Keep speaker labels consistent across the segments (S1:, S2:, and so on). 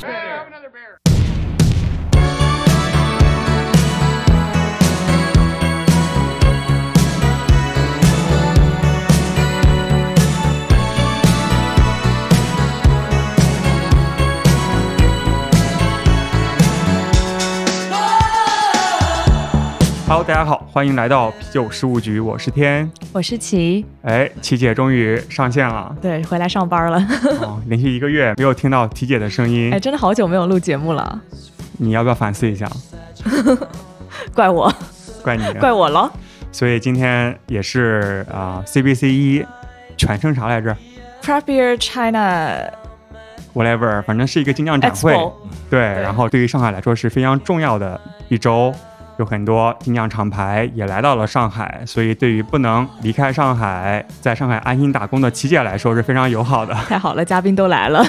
S1: Brother Bear.
S2: Hello，大家好，欢迎来到啤酒事务局，我是天。
S3: 我是琪，，
S2: 哎，琪姐终于上线了
S3: 对，回来上班了。
S2: 哦，连续一个月没有听到琪姐的声音
S3: 哎，，真的好久没有录节目了，
S2: 你要不要反思一下？
S3: 怪我，
S2: 怪你，
S3: 怪我了。
S2: 所以今天也是啊、c b c 一全称啥来着
S3: Craft Beer China
S2: ？Whatever，反正是一个精酿展会。
S3: Expo，
S2: 对，
S3: 对
S2: 然后对于上海来说是非常重要的一周，有很多精酿厂牌也来到了上海，所以对于不能离开上海，在上海安心打工的琪姐来说是非常友好的啊、
S3: 太好了，嘉宾都来 了。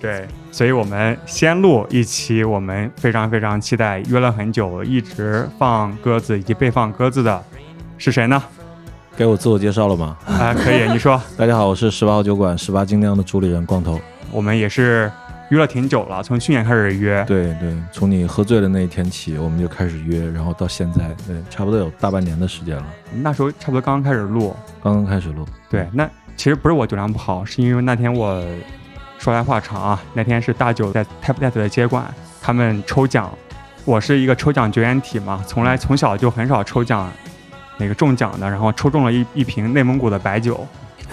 S2: 对，所以我们先录一期我们非常非常期待、约了很久、一直放鸽子以及被放鸽子的是谁呢？
S4: 该我自我介绍了吗？
S2: 啊、可以，你说，
S4: 大家好，我是十八号酒馆十八精酿的主理人光头。
S2: 我们也是约了挺久了，从去年开始约，
S4: 对对，从你喝醉的那一天起，我们就开始约，然后到现在，对，差不多有大半年的时间了，
S2: 那时候差不多刚刚开始录，
S4: 刚刚开始录。
S2: 对，那其实不是我酒量不好，是因为那天我说来话长啊，那天是大九在 Tap Tap 的接管，他们抽奖，我是一个抽奖绝缘体嘛，从来从小就很少抽奖那个中奖的，然后抽中了一一瓶内蒙古的白酒，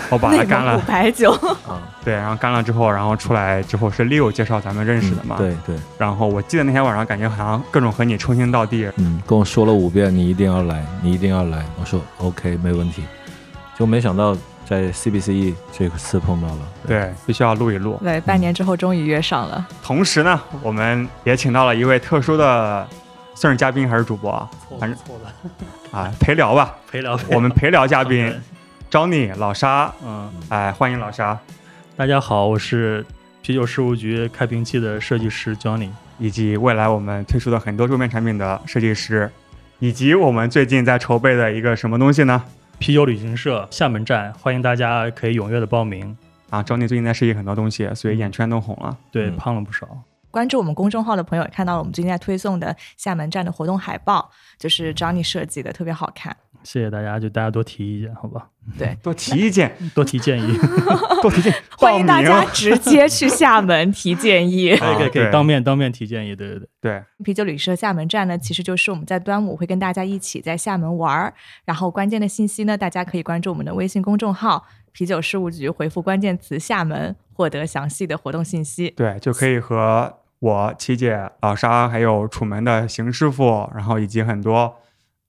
S2: 我把它
S3: 内
S2: 干
S3: 蒙
S2: 了
S3: 古，白酒，
S4: 啊，
S2: 对，然后干了之后，然后出来之后是 Leo 介绍咱们认识
S3: 嗯
S2: 的嘛，
S4: 嗯对对，
S2: 然后我记得那天晚上感觉好像各种和你称兄道弟，
S4: 嗯，跟我说了五遍，你一定要来，你一定要来。我说 OK，没问题。就没想到在 CBCE E 这次碰到了。
S2: 对，必须要录一录。
S3: 对，半年之后终于约上了。
S2: 同时呢，我们也请到了一位特殊的，算是嘉宾还是主播啊？
S5: 错
S2: 反
S5: 了
S2: 正
S5: 错了，
S2: 啊，陪聊吧，
S5: 陪聊
S2: 我们陪聊嘉
S5: 好
S2: 宾
S5: 的
S2: Johnny 老沙，
S5: 嗯，
S2: 哎，欢迎老沙，
S5: 大家好，我是啤酒事务局开瓶器的设计师 Johnny。
S2: 以及未来我们推出的很多桌面产品的设计师，以及我们最近在筹备的一个什么东西呢？
S5: 啤酒旅行社厦门站，欢迎大家可以踊跃的报名。
S2: 啊，Johnny 最近在设计很多东西，所以眼圈都红了。
S5: 对，
S4: 嗯
S5: 胖了不少。
S3: 关注我们公众号的朋友也看到了我们最近在推送的厦门站的活动海报，就是 Johnny 设计的，特别好看。
S5: 谢谢大家，就大家多提意见，好 吧？
S2: 多提意见，
S5: 多提建议，
S2: 多提意见，
S3: 欢迎大
S2: 报
S3: 家
S2: 名
S3: 直接去厦门提建议。
S5: 可以可以可
S2: 对
S5: 以，当面当面提建议，对对对，
S2: 啊对，
S3: 啤酒旅社厦门站呢，其实就是我们在端午会跟大家一起在厦门玩儿。然后关键的信息呢，大家可以关注我们的微信公众号“啤酒事务局”，回复关键词“厦门”获得详细的活动信息。
S2: 对，就可以和我琪姐、老沙，还有楚门的邢师傅，然后以及很多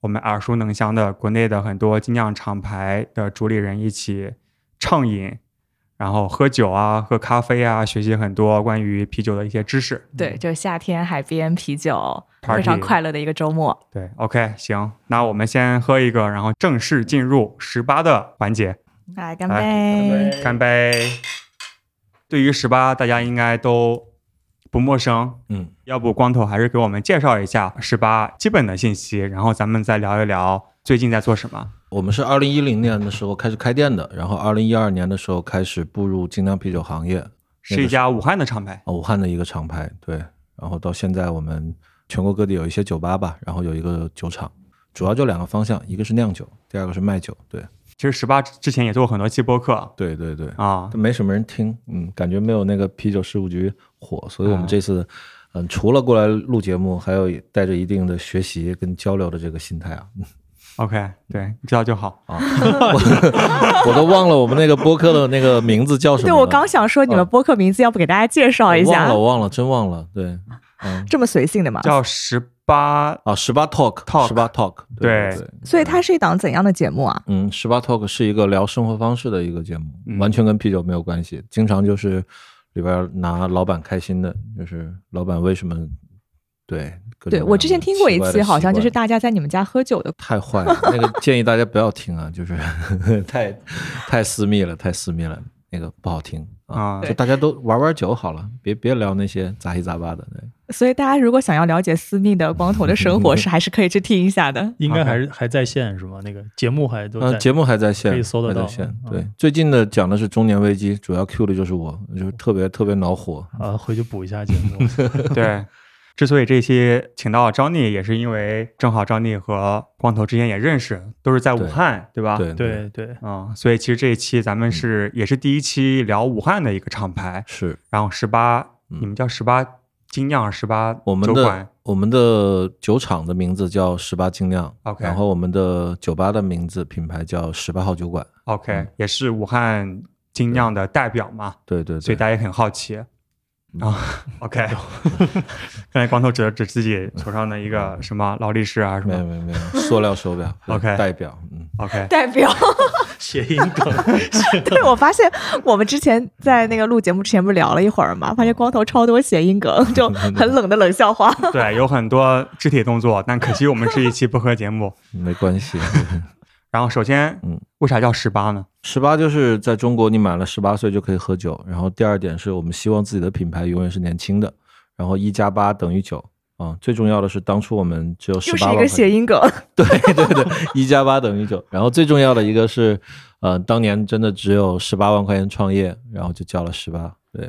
S2: 我们耳熟能详的国内的很多精酿厂牌的主理人一起畅饮，然后喝酒啊，喝咖啡啊，学习很多关于啤酒的一些知识。
S4: 嗯
S3: 对，就是夏天海边啤酒
S2: Party
S3: 非常快乐的一个周末。
S2: 对，OK，行，那我们先喝一个，然后正式进入十八的环节，
S4: 哎
S3: 来，干
S2: 来
S3: 杯！
S5: 嗯
S2: 干杯！对于十八，大家应该都不陌生，
S4: 嗯，
S2: 要不光头还是给我们介绍一下十八基本的信息，然后咱们再聊一聊最近在做什么。
S4: 我们是二零一零年的时候开始开店的，然后二零一二年的时候开始步入精酿啤酒行业，
S2: 是一家武汉的厂牌，
S4: 武汉的一个厂牌，对。然后到现在，我们全国各地有一些酒吧吧，然后有一个酒厂，主要就两个方向，一个是酿酒，第二个是卖酒。对，
S2: 其实十八之前也做过很多期播客
S4: 对对对，
S2: 啊，
S4: 但没什么人听，嗯，感觉没有那个啤酒事务局火，所以
S3: 啊
S4: 我们这次，嗯，除了过来录节目，还有带着一定的学习跟交流的这个心态 啊，
S2: OK，对，知道就好。
S4: 啊，我我都忘了我们那个播客的那个名字叫什么
S3: 对，
S4: 了。
S3: 我刚想说，你们播客名字要不给大家介绍一
S4: 忘
S3: 下
S4: 了，？我忘了，真忘了。对，嗯，
S3: 这么随性的吗？
S2: 叫十八，
S4: 啊，十八
S2: Talk
S4: talk，十八 talk，
S2: 对
S4: 对对。
S3: 所以它是一档怎样的节目啊？
S4: 嗯，十八 talk 是一个聊生活方式的一个节目，
S2: 嗯
S4: 完全跟啤酒没有关系。经常就是里边拿老板开心的，就是老板为什么对各种各
S3: 对
S4: 样
S3: 我之前
S4: 的
S3: 听过
S4: 奇
S3: 一
S4: 怪的
S3: 期，
S4: 习
S3: 好像就是
S4: 惯
S3: 大家在你们家喝酒的。
S4: 太坏了，那个建议大家不要听啊，就是 太太私密了，太私密了，那个不好听啊。
S2: 啊
S4: 就大家都玩玩酒好了，别别聊那些杂七杂八的。对
S3: 所以大家如果想要了解私密的光头的生活，是 还是可以去听一下的。
S5: 应该还是还在线是吗？那个节目还都
S4: 呃，
S5: 在。
S4: 节目还在线，
S5: 可以搜得
S4: 还在
S5: 到
S4: 线。
S3: 啊
S5: 嗯
S4: 对，最近的讲的是中年危机，主要 Q 的就是我，就是特别特别恼火。
S5: 啊，回去补一下节 目。
S2: 对，之所以这一期请到 Johnny，也是因为正好 Johnny 和光头之前也认识，都是在武
S4: 对
S2: 汉，
S3: 啊
S2: 对吧？
S4: 对嗯
S5: 对对，
S2: 嗯，所以其实这一期咱们是也是第一期聊武汉的一个厂牌，
S4: 是
S2: 然后十八，
S4: 嗯
S2: 你们叫十八精酿十八
S4: 我们
S2: 酒
S4: 的
S2: 馆，
S4: 我们的酒厂的名字叫十八精酿
S2: OK
S4: 然后我们的酒吧的名字品牌叫十八号酒馆。
S2: OK，、
S4: 嗯
S2: 也是武汉精酿的代表嘛，
S4: 对对嗯
S2: 所以
S4: 对，
S2: 大家也很好奇啊。OK，刚才光头指了指自己手上的一个什么劳力士啊什
S4: 没有
S2: 么
S4: 没有没有，塑料手表 对
S2: OK
S4: 代表，嗯，
S2: OK，
S3: 代 表，
S5: 谐音梗，
S3: 对我发现我们之前在那个录节目之前不是聊了一会儿嘛，发现光头超多谐音梗，就很冷的冷笑话。
S2: 对，有很多肢体动作，但可惜我们是一期播客节 目。
S4: 没关系。
S2: 然后首先，
S4: 嗯
S2: 为啥叫十八呢？
S4: 十八就是在中国，你满了十八岁就可以喝酒。然后第二点是我们希望自己的品牌永远是年轻的。然后一加八等于九啊，最重要的是当初我们只有十
S3: 又是
S4: 八
S3: 一
S4: 万
S3: 个
S4: 块
S3: 谐
S4: 钱，
S3: 音梗，
S4: 对对对，一加八等于九。然后最重要的一个是，呃，当年真的只有十八万块钱创业，然后就叫了十八。对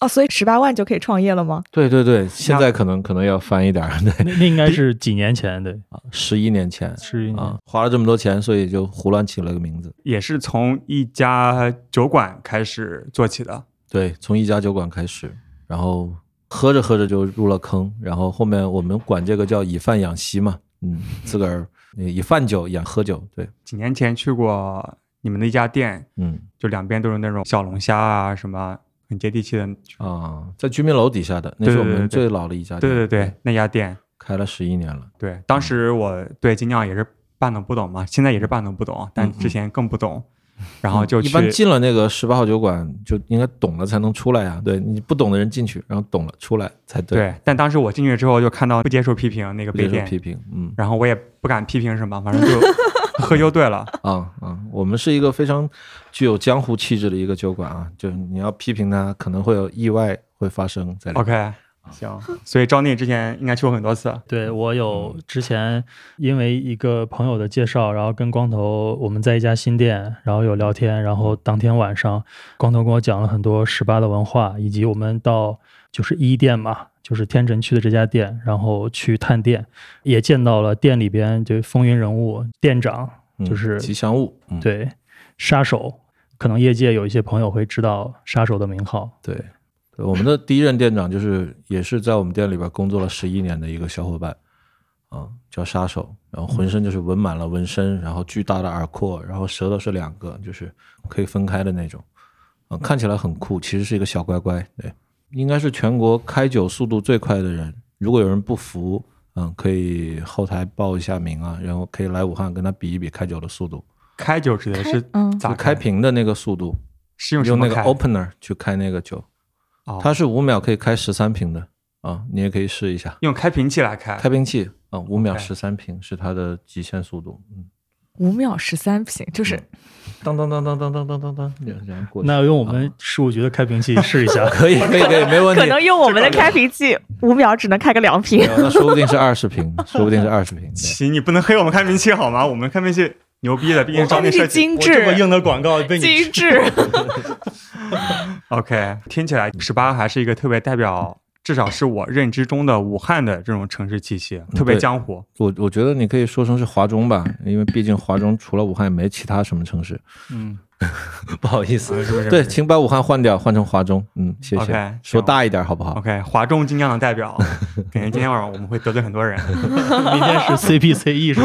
S3: 哦，所以十八万就可以创业了吗？
S4: 对对对，现在可能可能要翻一点儿， 对，
S5: 那那应该是几年前的，
S4: 十一年前
S5: 是一年
S4: 啊，花了这么多钱，所以就胡乱起了个名字。
S2: 也是从一家酒馆开始做起的。
S4: 对，从一家酒馆开始，然后喝着喝着就入了坑，然后后面我们管这个叫以饭养息嘛，嗯，自个儿呃以饭酒养喝酒，对，
S2: 几年前去过你们的一家店，
S4: 嗯
S2: 就两边都是那种小龙虾啊，什么很接地气的。
S4: 啊，在居民楼底下的，那是我
S2: 对对对
S4: 们
S2: 对
S4: 最老的一家店，
S2: 对对对，那家店，
S4: 开了十一年了，
S2: 对，当时我对精酿也是半懂不懂嘛，现在也是半懂不懂，但
S4: 嗯
S2: 之前更不懂，然后就
S4: 一
S2: 去
S4: 般进了那个十八号酒馆就应该懂了才能出来呀、对你不懂的人进去，然后懂了出来才对，
S2: 对，但当时我进去之后就看到不接受批评那个
S4: 不
S2: 杯
S4: 接受
S2: 垫，
S4: 批评，嗯
S2: 然后我也不敢批评什么，反正 就喝就对了。
S4: 啊啊，我们是一个非常具有江湖气质的一个酒馆啊，就是你要批评它，可能会有意外会发生在里面。
S2: OK，行，所以赵丽之前应该去过很多次。
S5: 对我有之前因为一个朋友的介绍，然后跟光头我们在一家新店，然后有聊天，然后当天晚上光头跟我讲了很多十八的文化，以及我们到就是一店嘛，就是天城区的这家店，然后去探店，也见到了店里边就风云人物店长，
S4: 嗯
S5: 就是
S4: 吉祥物。嗯、
S5: 对杀手，可能业界有一些朋友会知道杀手的名号，
S4: 对对我们的第一任店长就是也是在我们店里边工作了十一年的一个小伙伴，啊，叫杀手，然后浑身就是纹满了纹身，然后巨大的耳廓，然后舌头是两个，就是可以分开的那种，啊，看起来很酷，其实是一个小乖乖，对，应该是全国开酒速度最快的人，如果有人不服。嗯，可以后台报一下名啊，然后可以来武汉跟他比一比开酒的速度，
S2: 开酒指的是
S3: 开嗯
S2: 咋
S4: 就开？瓶的那个速度，
S2: 是用什
S4: 用
S2: 么
S4: 那个
S2: 开？
S4: opener 去开那个酒，
S2: 哦
S4: 它是五秒可以开十三瓶的啊，你也可以试一下
S2: 用开瓶器来开。
S4: 开瓶器啊，五秒
S2: OK
S4: 十三瓶是它的极限速度。嗯，
S3: 五秒十三瓶，就是
S5: 嗯
S4: 当当当当当当当当当，这样这样过去。。
S5: 那要用我们事务局的开瓶器试一 下
S4: 可以可 以可以，没问题
S3: 可。能用我们的开瓶器，五秒只能开个两瓶。
S4: 那说不定是二十瓶， 说不定是二 十瓶。对
S2: 行，你不能黑我们开瓶器好吗？我们开瓶器牛逼的，毕竟赵丽设
S3: 是
S2: 计。
S3: 精
S5: 我这么
S3: 致，
S5: 硬的广告被你
S3: 精致。
S2: OK，听起来十八还是一个特别代表，至少是我认知中的武汉的这种城市气息，特别
S4: 嗯对
S2: 江湖。
S4: 我我觉得你可以说成是华中吧，因为毕竟华中除了武汉也没其他什么城市。
S5: 嗯，
S4: 不好意思
S2: 是，不是？
S4: 对，请把武汉换掉，换成华中。嗯，谢
S2: OK，
S4: 谢
S2: 行。
S4: 说大一点好不好？
S2: OK，哗众精酿的代 表，感觉今天晚上我们会得罪很多人。
S5: 明天 E 是 CPC 艺术。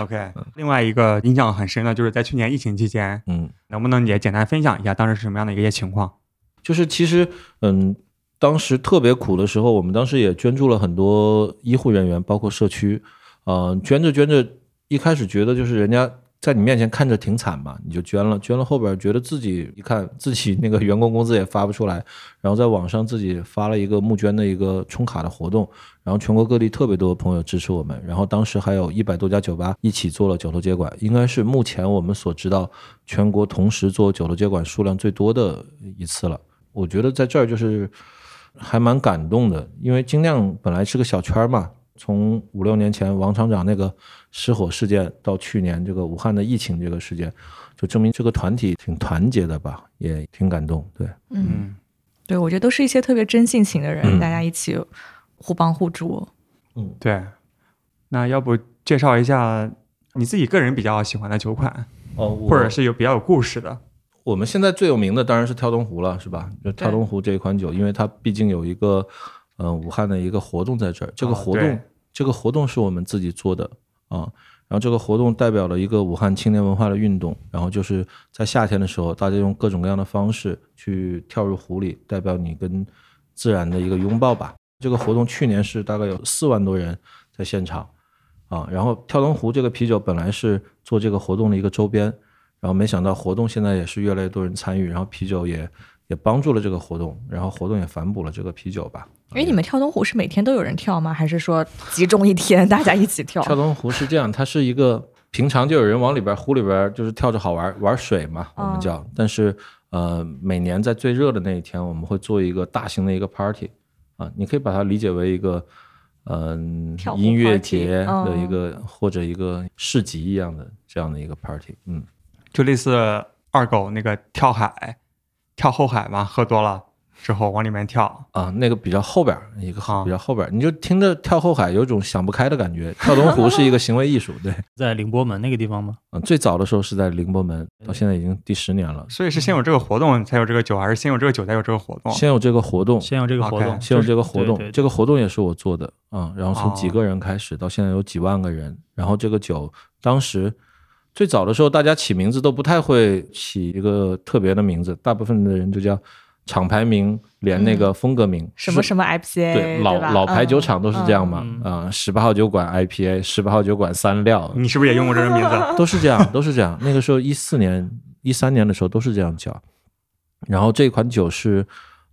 S2: OK，另外一个印象很深的就是在去年疫情期间，
S4: 嗯。
S2: 能不能也简单分享一下当时是什么样的一些情况？
S4: 就是其实，嗯，当时特别苦的时候，我们当时也捐助了很多医护人员，包括社区。呃，捐着捐着，一开始觉得就是人家在你面前看着挺惨嘛，你就捐了，捐了后边觉得自己一看自己那个员工工资也发不出来，然后在网上自己发了一个募捐的一个充卡的活动，然后全国各地特别多的朋友支持我们，然后当时还有一百多家酒吧一起做了酒楼接管，应该是目前我们所知道全国同时做酒楼接管数量最多的一次了。我觉得在这儿就是，还蛮感动的，因为精酿本来是个小圈儿嘛，从五六年前王厂长那个失火事件到去年这个武汉的疫情这个事件，就证明这个团体挺团结的吧，也挺感动。对，
S3: 嗯，
S2: 嗯，
S3: 对，我觉得都是一些特别真性情的人，
S4: 嗯
S3: 大家一起互帮互助。
S2: 对。那要不介绍一下你自己个人比较喜欢的酒款，
S4: 哦，我
S2: 或者是有比较有故事的？
S4: 我们现在最有名的当然是跳东湖了，是吧？就跳东湖这一款酒，因为它毕竟有一个，嗯、武汉的一个活动在这儿。这个
S2: 哦
S4: 活动，
S2: 对
S4: 这个活动是我们自己做的啊。然后这个活动代表了一个武汉青年文化的运动，然后就是在夏天的时候，大家用各种各样的方式去跳入湖里，代表你跟自然的一个拥抱吧。这个活动去年是大概有四万多人在现场啊。然后跳东湖这个啤酒本来是做这个活动的一个周边，然后没想到活动现在也是越来越多人参与，然后啤酒也也帮助了这个活动，然后活动也反哺了这个啤酒吧。
S3: 哎，你们跳东湖是每天都有人跳吗？还是说集中一天大家一起跳？
S4: 跳东湖是这样，它是一个平常就有人往里边湖里边就是跳着好玩玩水嘛，我
S3: 嗯
S4: 们叫。但是呃，每年在最热的那一天，我们会做一个大型的一个 party 啊，你可以把它理解为一个嗯、
S3: 跳舞
S4: 音乐
S3: party，
S4: 节的
S3: 嗯
S4: 一个、或者一个市集一样的这样的一个 party，嗯。
S2: 就类似二狗那个跳海，跳后海嘛，喝多了之后往里面跳，
S4: 啊，那个比较后边儿一个
S2: 啊
S4: 比较后边儿，你就听着跳后海有种想不开的感觉。跳东湖是一个行为艺术，对，
S5: 在凌波门那个地方吗？
S4: 嗯，最早的时候是在凌波门，到现在已经第十年了。
S2: 所以是先有这个活动才有这个酒，还是先有这个酒才有这个活动？
S4: 先有这个活动，
S5: 先有这个活
S2: OK
S5: 动，
S4: 先有这个活动，
S5: 对对对
S4: 这个活动也是我做的啊、然后从
S2: 哦
S4: 几个人开始，到现在有几万个人。然后这个酒，当时最早的时候，大家起名字都不太会起一个特别的名字，大部分的人就叫厂牌名连那
S5: 嗯
S4: 个风格名，
S3: 什么
S4: 是
S3: 什么 IPA？
S4: 对，老
S3: 吧嗯
S4: 老牌酒厂都是这样嘛
S5: 嗯，
S4: 啊、十八号酒馆 IPA，十八号酒馆三料，
S2: 你是不是也用过这个名 字？
S4: 都是这样， 都是这样。那个时候一四年、一三年的时候都是这样叫。然后这款酒是，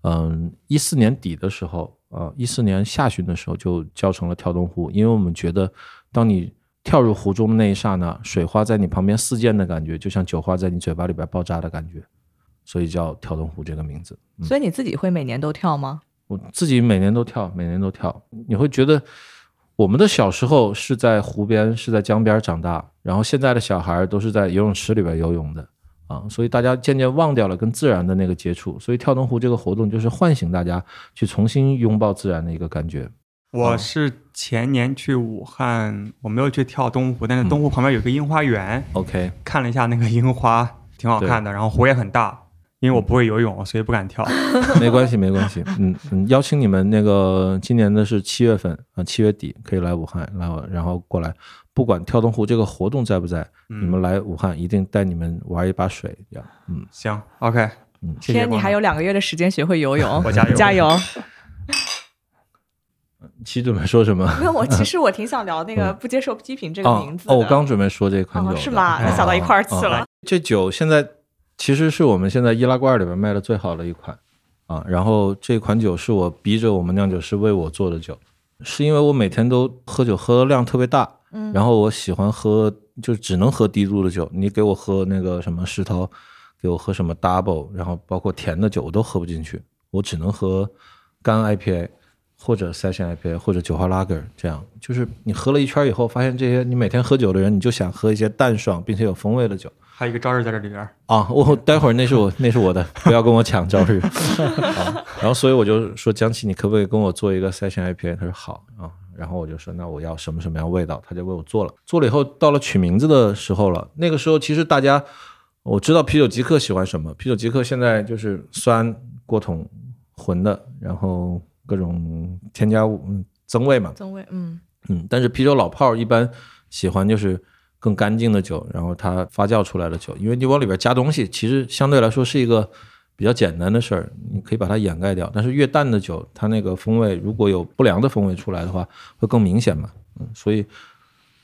S4: 嗯，一四年底的时候，啊，一四年下旬的时候就叫成了跳东湖，因为我们觉得，当你跳入湖中的那一刹那，水花在你旁边四溅的感觉，就像酒花在你嘴巴里边爆炸的感觉，所以叫跳东湖这个名字。
S3: 嗯所以你自己会每年都跳吗？
S4: 我自己每年都跳，每年都跳，你会觉得我们的小时候是在湖边，是在江边长大，然后现在的小孩儿都是在游泳池里边游泳的啊，所以大家渐渐忘掉了跟自然的那个接触，所以跳东湖这个活动就是唤醒大家去重新拥抱自然的一个感觉。
S2: 我是前年去武汉，我没有去跳东湖，但是
S4: 嗯
S2: 东湖旁边有一个樱花园，
S4: OK，
S2: 看了一下那个樱花，挺好看的，然后湖也很大。因为我不会游泳，所以不敢 跳。
S4: 没关系，没关系，嗯嗯，邀请你们那个今年的是七月份啊，七、月底可以来武汉，然后然后过来，不管跳东湖这个活动在不在，你们来武汉一定带你们玩一把水，这样，嗯。
S2: 行，OK，
S4: 嗯
S2: 谢谢
S3: 天，
S2: 光
S3: 你
S2: 头
S3: 还有两个月的时间学会游泳，
S2: 我加油
S3: 加 油！
S4: 七准备说什么？
S3: 没有，我其实我挺想聊那个
S4: 嗯
S3: 不接受批评这个
S4: 啊
S3: 名字的。
S4: 哦，我刚准备说这款酒
S3: 哦
S4: 的，
S3: 是吗？那
S4: 嗯
S3: 想到一块儿去。
S4: 嗯嗯
S3: 了。
S4: 这酒现在其实是我们现在易拉罐里边卖的最好的一款啊，然后这款酒是我逼着我们酿酒师为我做的酒，是因为我每天都喝酒喝的量特别大，
S3: 嗯，
S4: 然后我喜欢喝，就只能喝低度的酒。你给我喝那个什么石头，给我喝什么 double，然后包括甜的酒我都喝不进去，我只能喝干 IPA 或者 session IPA 或者酒花拉格这样。就是你喝了一圈以后，发现这些你每天喝酒的人，你就想喝一些淡爽并且有风味的酒。
S2: 还有一个招式在这里边儿。
S4: 啊，我待会儿那是我那是我的，不要跟我抢招式。啊，然后所以我就说江琪，你可不可以跟我做一个 session IPA？他说好啊，然后我就说那我要什么什么样味道，他就为我做了。做了以后，到了取名字的时候了，那个时候其实大家我知道啤酒极客喜欢什么，啤酒极客现在就是酸过桶浑的，然后各种添加物嗯增味嘛，
S3: 曾伟，嗯，
S4: 嗯，但是啤酒老炮儿一般喜欢就是更干净的酒，然后它发酵出来的酒，因为你往里边加东西，其实相对来说是一个比较简单的事儿，你可以把它掩盖掉。但是越淡的酒，它那个风味如果有不良的风味出来的话，会更明显嘛。嗯，所以，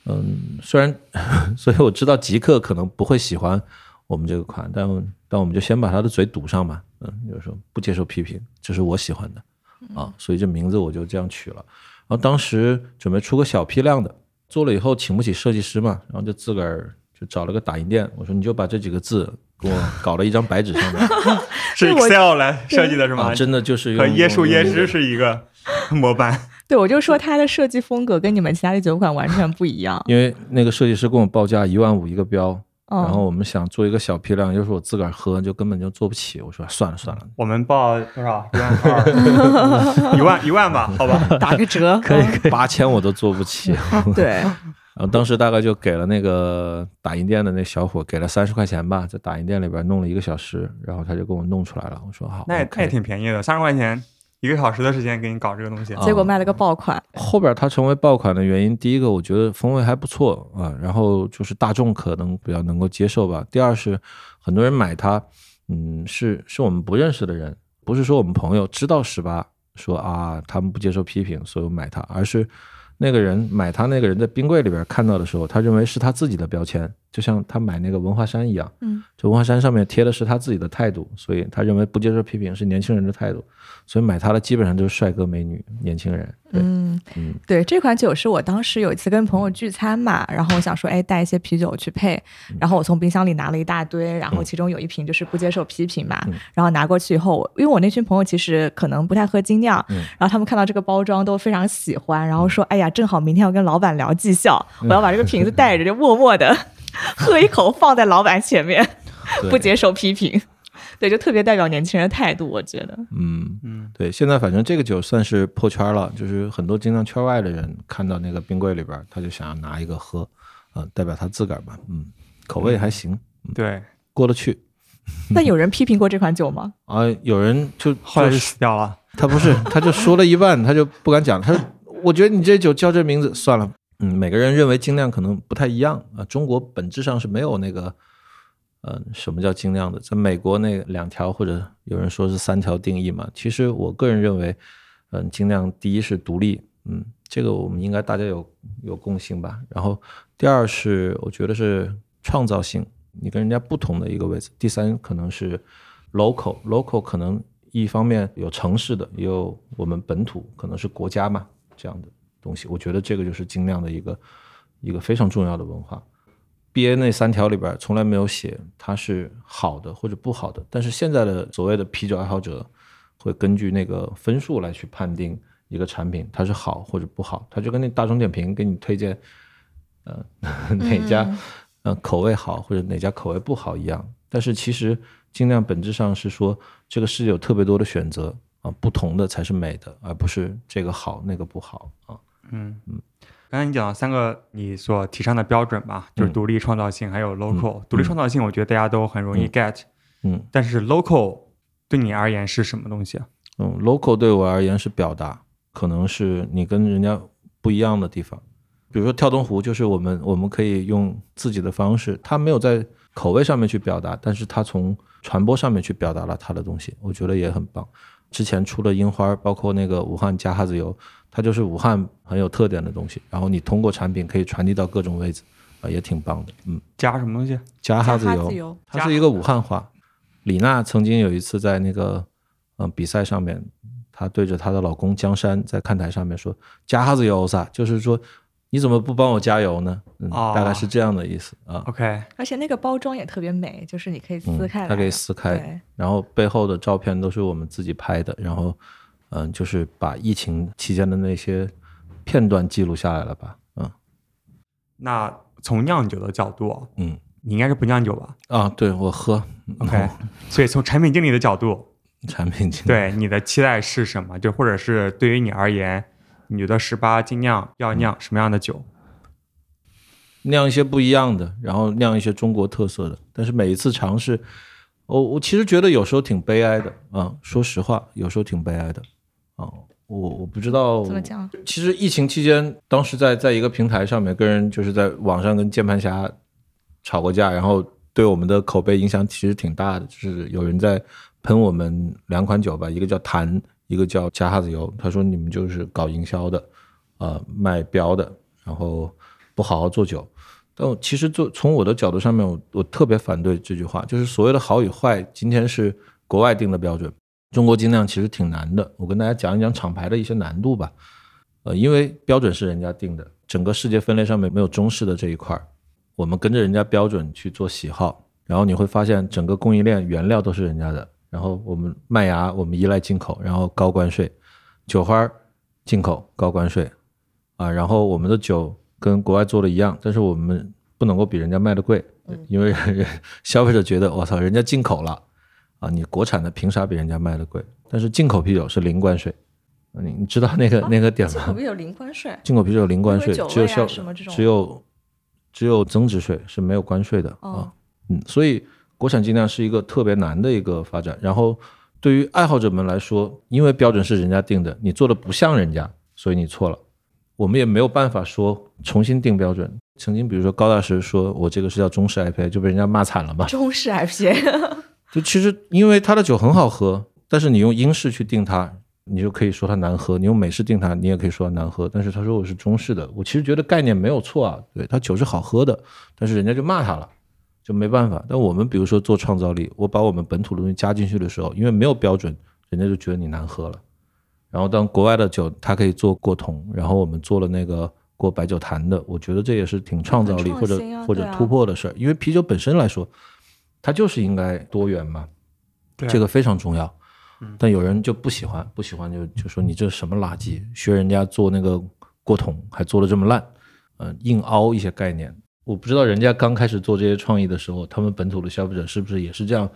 S4: 嗯，虽然 所以我知道极客可能不会喜欢我们这个款，但但我们就先把他的嘴堵上嘛。嗯，就是说不接受批评，这是我喜欢的啊，所以这名字我就这样取了。然后当时准备出个小批量的，做了以后请不起设计师嘛，然后就自个儿就找了个打印店，我说你就把这几个字给我搞了一张白纸上面，
S2: 是
S3: 对我
S2: Excel 来设计的是吗？
S4: 啊，真的就是
S2: 和
S4: 用
S2: 椰树
S4: 用
S2: 椰
S4: 那
S2: 汁
S4: 个
S2: 是一个模板。
S3: 对，我就说它的设计风格跟你们其他的酒馆完全不一 样。
S4: 因为那个设计师跟我报价一万五一个标，
S3: 嗯、
S4: 然后我们想做一个小批量，又是我自个儿喝，就根本就做不起。我说算了算了，
S2: 我们报多 少？一万二，一万一万 吧，好吧。
S3: 打个 折，可以。
S4: 八千我都做不起。
S3: 对，
S4: 然后当时大概就给了那个打印店的那小伙给了三十块钱吧，在打印店里边弄了一个小时，然后他就给我弄出来了。我说好，
S2: 那也
S4: OK
S2: 那也挺便宜的，三十块钱一个小时的时间给你搞这个东西。
S4: 啊
S3: 结果卖了个爆款。
S4: 后边它成为爆款的原因，第一个我觉得风味还不错啊，然后就是大众可能比较能够接受吧。第二是很多人买它，嗯，是是我们不认识的人，不是说我们朋友知道十八说啊他们不接受批评，所以我买它，而是那个人买它那个人在冰柜里边看到的时候，他认为是他自己的标签，就像他买那个文化衫一样，
S3: 嗯，
S4: 这文化衫上面贴的是他自己的态度，所以他认为不接受批评是年轻人的态度，所以买它的基本上就是帅哥美女年轻人，对，
S3: 嗯，
S4: 嗯
S3: 对，这款酒是我当时有一次跟朋友聚餐嘛，然后我想说，哎，带一些啤酒去配，
S4: 嗯
S3: 然后我从冰箱里拿了一大堆，然后其中有一瓶就是不接受批评嘛，
S4: 嗯
S3: 然后拿过去以后，因为我那群朋友其实可能不太喝精酿，
S4: 嗯
S3: 然后他们看到这个包装都非常喜欢，然后说，哎呀，正好明天要跟老板聊绩效，
S4: 嗯
S3: 我要把这个瓶子带着，就默默 的喝一口，放在老板前面，
S4: 对
S3: 不接受批评。对，就特别代表年轻人的态度，我觉得。
S4: 嗯，
S2: 嗯，
S4: 对，现在反正这个酒算是破圈了，就是很多经常圈外的人看到那个冰柜里边儿，他就想要拿一个喝，呃，代表他自个儿吧，嗯，口味还行，
S2: 对，
S4: 过得
S2: 嗯
S4: 去
S3: 那有人批评过这款酒吗？
S4: 啊。有人就
S2: 后来
S4: 就
S2: 就是死掉了。
S4: 他不是，他就说了一半，他就不敢讲，他说我觉得你这酒叫这名字算了，嗯，每个人认为精酿可能不太一样啊、中国本质上是没有那个。嗯，什么叫精酿的？在美国那两条或者有人说是三条定义嘛，其实我个人认为，嗯，精酿第一是独立，嗯，这个我们应该大家有有共性吧。然后第二是我觉得是创造性，你跟人家不同的一个位置。第三可能是 local，local 可能一方面有城市的，也有我们本土，可能是国家嘛这样的东西。我觉得这个就是精酿的一个一个非常重要的文化。B A 那三条里边儿从来没有写它是好的或者不好的，但是现在的所谓的啤酒爱好者会根据那个分数来去判定一个产品它是好或者不好，它就跟那大众点评给你推荐，呃 哪家呃口味好或者哪家口味不好一样。但是其实尽量本质上是说这个世界有特别多的选择啊，不同的才是美的，而不是这个好那个不好啊。
S2: 嗯嗯。刚才你讲了三个你所提倡的标准吧，就是
S4: 嗯
S2: 独立、创造性还有 local。独立创造性，我觉得大家都很容易
S4: 嗯
S2: get，
S4: 嗯，
S2: 但是 local 对你而言是什么东西啊？
S4: 嗯，local 对我而言是表达，可能是你跟人家不一样的地方。比如说跳东湖，就是我们我们可以用自己的方式，他没有在口味上面去表达，但是他从传播上面去表达了他的东西，我觉得也很棒。之前出的樱花，包括那个武汉加哈子油，它就是武汉很有特点的东西。然后你通过产品可以传递到各种位置，啊、也挺棒的。嗯，
S2: 加什么东西？啊
S4: 加哈子
S3: 加
S4: 油
S3: 哈，油
S4: 它是一个武汉话。李娜曾经有一次在那个嗯、呃比赛上面，她对着她的老公江山在看台上面说：“加哈子油噻”，就是说你怎么不帮我加油呢？嗯，
S2: 哦
S4: 大概是这样的意思啊。
S2: OK，
S3: 而且那个包装也特别美，就是你可以
S4: 嗯
S3: 撕哦开来，，
S4: 它可以撕开，
S3: 对，
S4: 然后背后的照片都是我们自己拍的，然后嗯、就是把疫情期间的那些片段记录下来了吧？嗯
S2: 那从酿酒的角度，啊
S4: 嗯
S2: 你应该是不酿酒吧
S4: 啊，对我喝
S2: ？OK，所以从产品经理的角度，
S4: 产品经理
S2: 对你的期待是什么？就或者是对于你而言，你觉得十八尽量要酿什么样的酒？
S4: 酿一些不一样的，然后酿一些中国特色的。但是每一次尝试，我、我其实觉得有时候挺悲哀的啊，说实话，有时候挺悲哀的啊。我我不知道
S3: 怎么讲？
S4: 其实疫情期间，当时在在一个平台上面跟人就是在网上跟键盘侠吵过架，然后对我们的口碑影响其实挺大的。就是有人在喷我们两款酒吧，一个叫坛，一个叫加哈子油。他说你们就是搞营销的，呃，卖标的，然后不好好做酒。但我其实做从我的角度上面，我我特别反对这句话，就是所谓的好与坏，今天是国外定的标准，中国精酿其实挺难的。我跟大家讲一讲厂牌的一些难度吧。呃，因为标准是人家定的，整个世界分类上面没有中式的这一块儿，我们跟着人家标准去做喜好，然后你会发现整个供应链原料都是人家的，然后我们麦芽我们依赖进口，然后高关税，酒花儿进口高关税，啊，然后我们的酒跟国外做的一样，但是我们不能够比人家卖的贵，因为人 消费者觉得我操，人家进口了啊，你国产的凭啥比人家卖的贵？但是进口啤酒是零关税，啊你你知道那个、那个点
S3: 进口
S4: 吗？
S3: 啤酒零关税，
S4: 进口啤酒有零关
S3: 因
S4: 税
S3: 为，酒
S4: 只有
S3: 类啊
S4: 销
S3: 什么这种
S4: 只有只有增值税是没有关税的啊、
S3: 哦
S4: 嗯，所以国产精酿是一个特别难的一个发展。然后对于爱好者们来说，因为标准是人家定的，你做的不像人家，所以你错了。我们也没有办法说重新定标准。曾经比如说高大师说我这个是叫中式 IPA，就被人家骂惨了嘛。
S3: 中式 IPA，
S4: 就其实因为它的酒很好喝，但是你用英式去定它，你就可以说它难喝；你用美式定它，你也可以说它难喝。但是他说我是中式的，我其实觉得概念没有错啊，对，它酒是好喝的，但是人家就骂它了。就没办法，但我们比如说做创造力，我把我们本土的东西加进去的时候，因为没有标准，人家就觉得你难喝了。然后当国外的酒，它可以做过桶，然后我们做了那个过白酒坛的，我觉得这也是挺创造力
S3: 很
S4: 或者
S3: 创新啊
S4: 或者
S3: 对啊
S4: 突破的事儿。因为啤酒本身来说，它就是应该多元嘛，
S2: 对
S4: 这个非常重要。但有人就不喜欢，不喜欢就就说你这什么垃圾，学人家做那个过桶还做的这么烂，嗯、硬凹一些概念。我不知道人家刚开始做这些创意的时候，他们本土的消费者是不是也是这样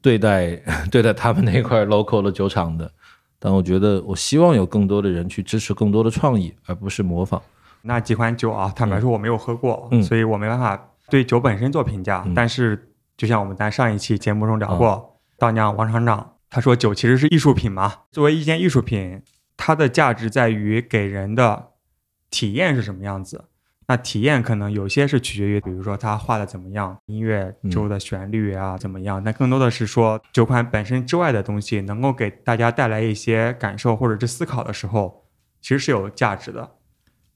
S4: 对待 对待他们那块 local 的酒厂的？但我觉得，我希望有更多的人去支持更多的创意，而不是模仿。
S2: 那几款酒啊，坦白说我没有喝过，
S4: 嗯
S2: 所以我没办法对酒本身做评价。
S4: 嗯哦
S2: 但是就像我们在上一期节目中聊过，大酿王厂长他说酒其实是艺术品嘛，作为一件艺术品，它的价值在于给人的体验是什么样子。那体验可能有些是取决于，比如说他画的怎么样，音乐
S4: 嗯
S2: 周的旋律啊怎么样，但更多的是说酒款本身之外的东西能够给大家带来一些感受或者是思考的时候，其实是有价值的。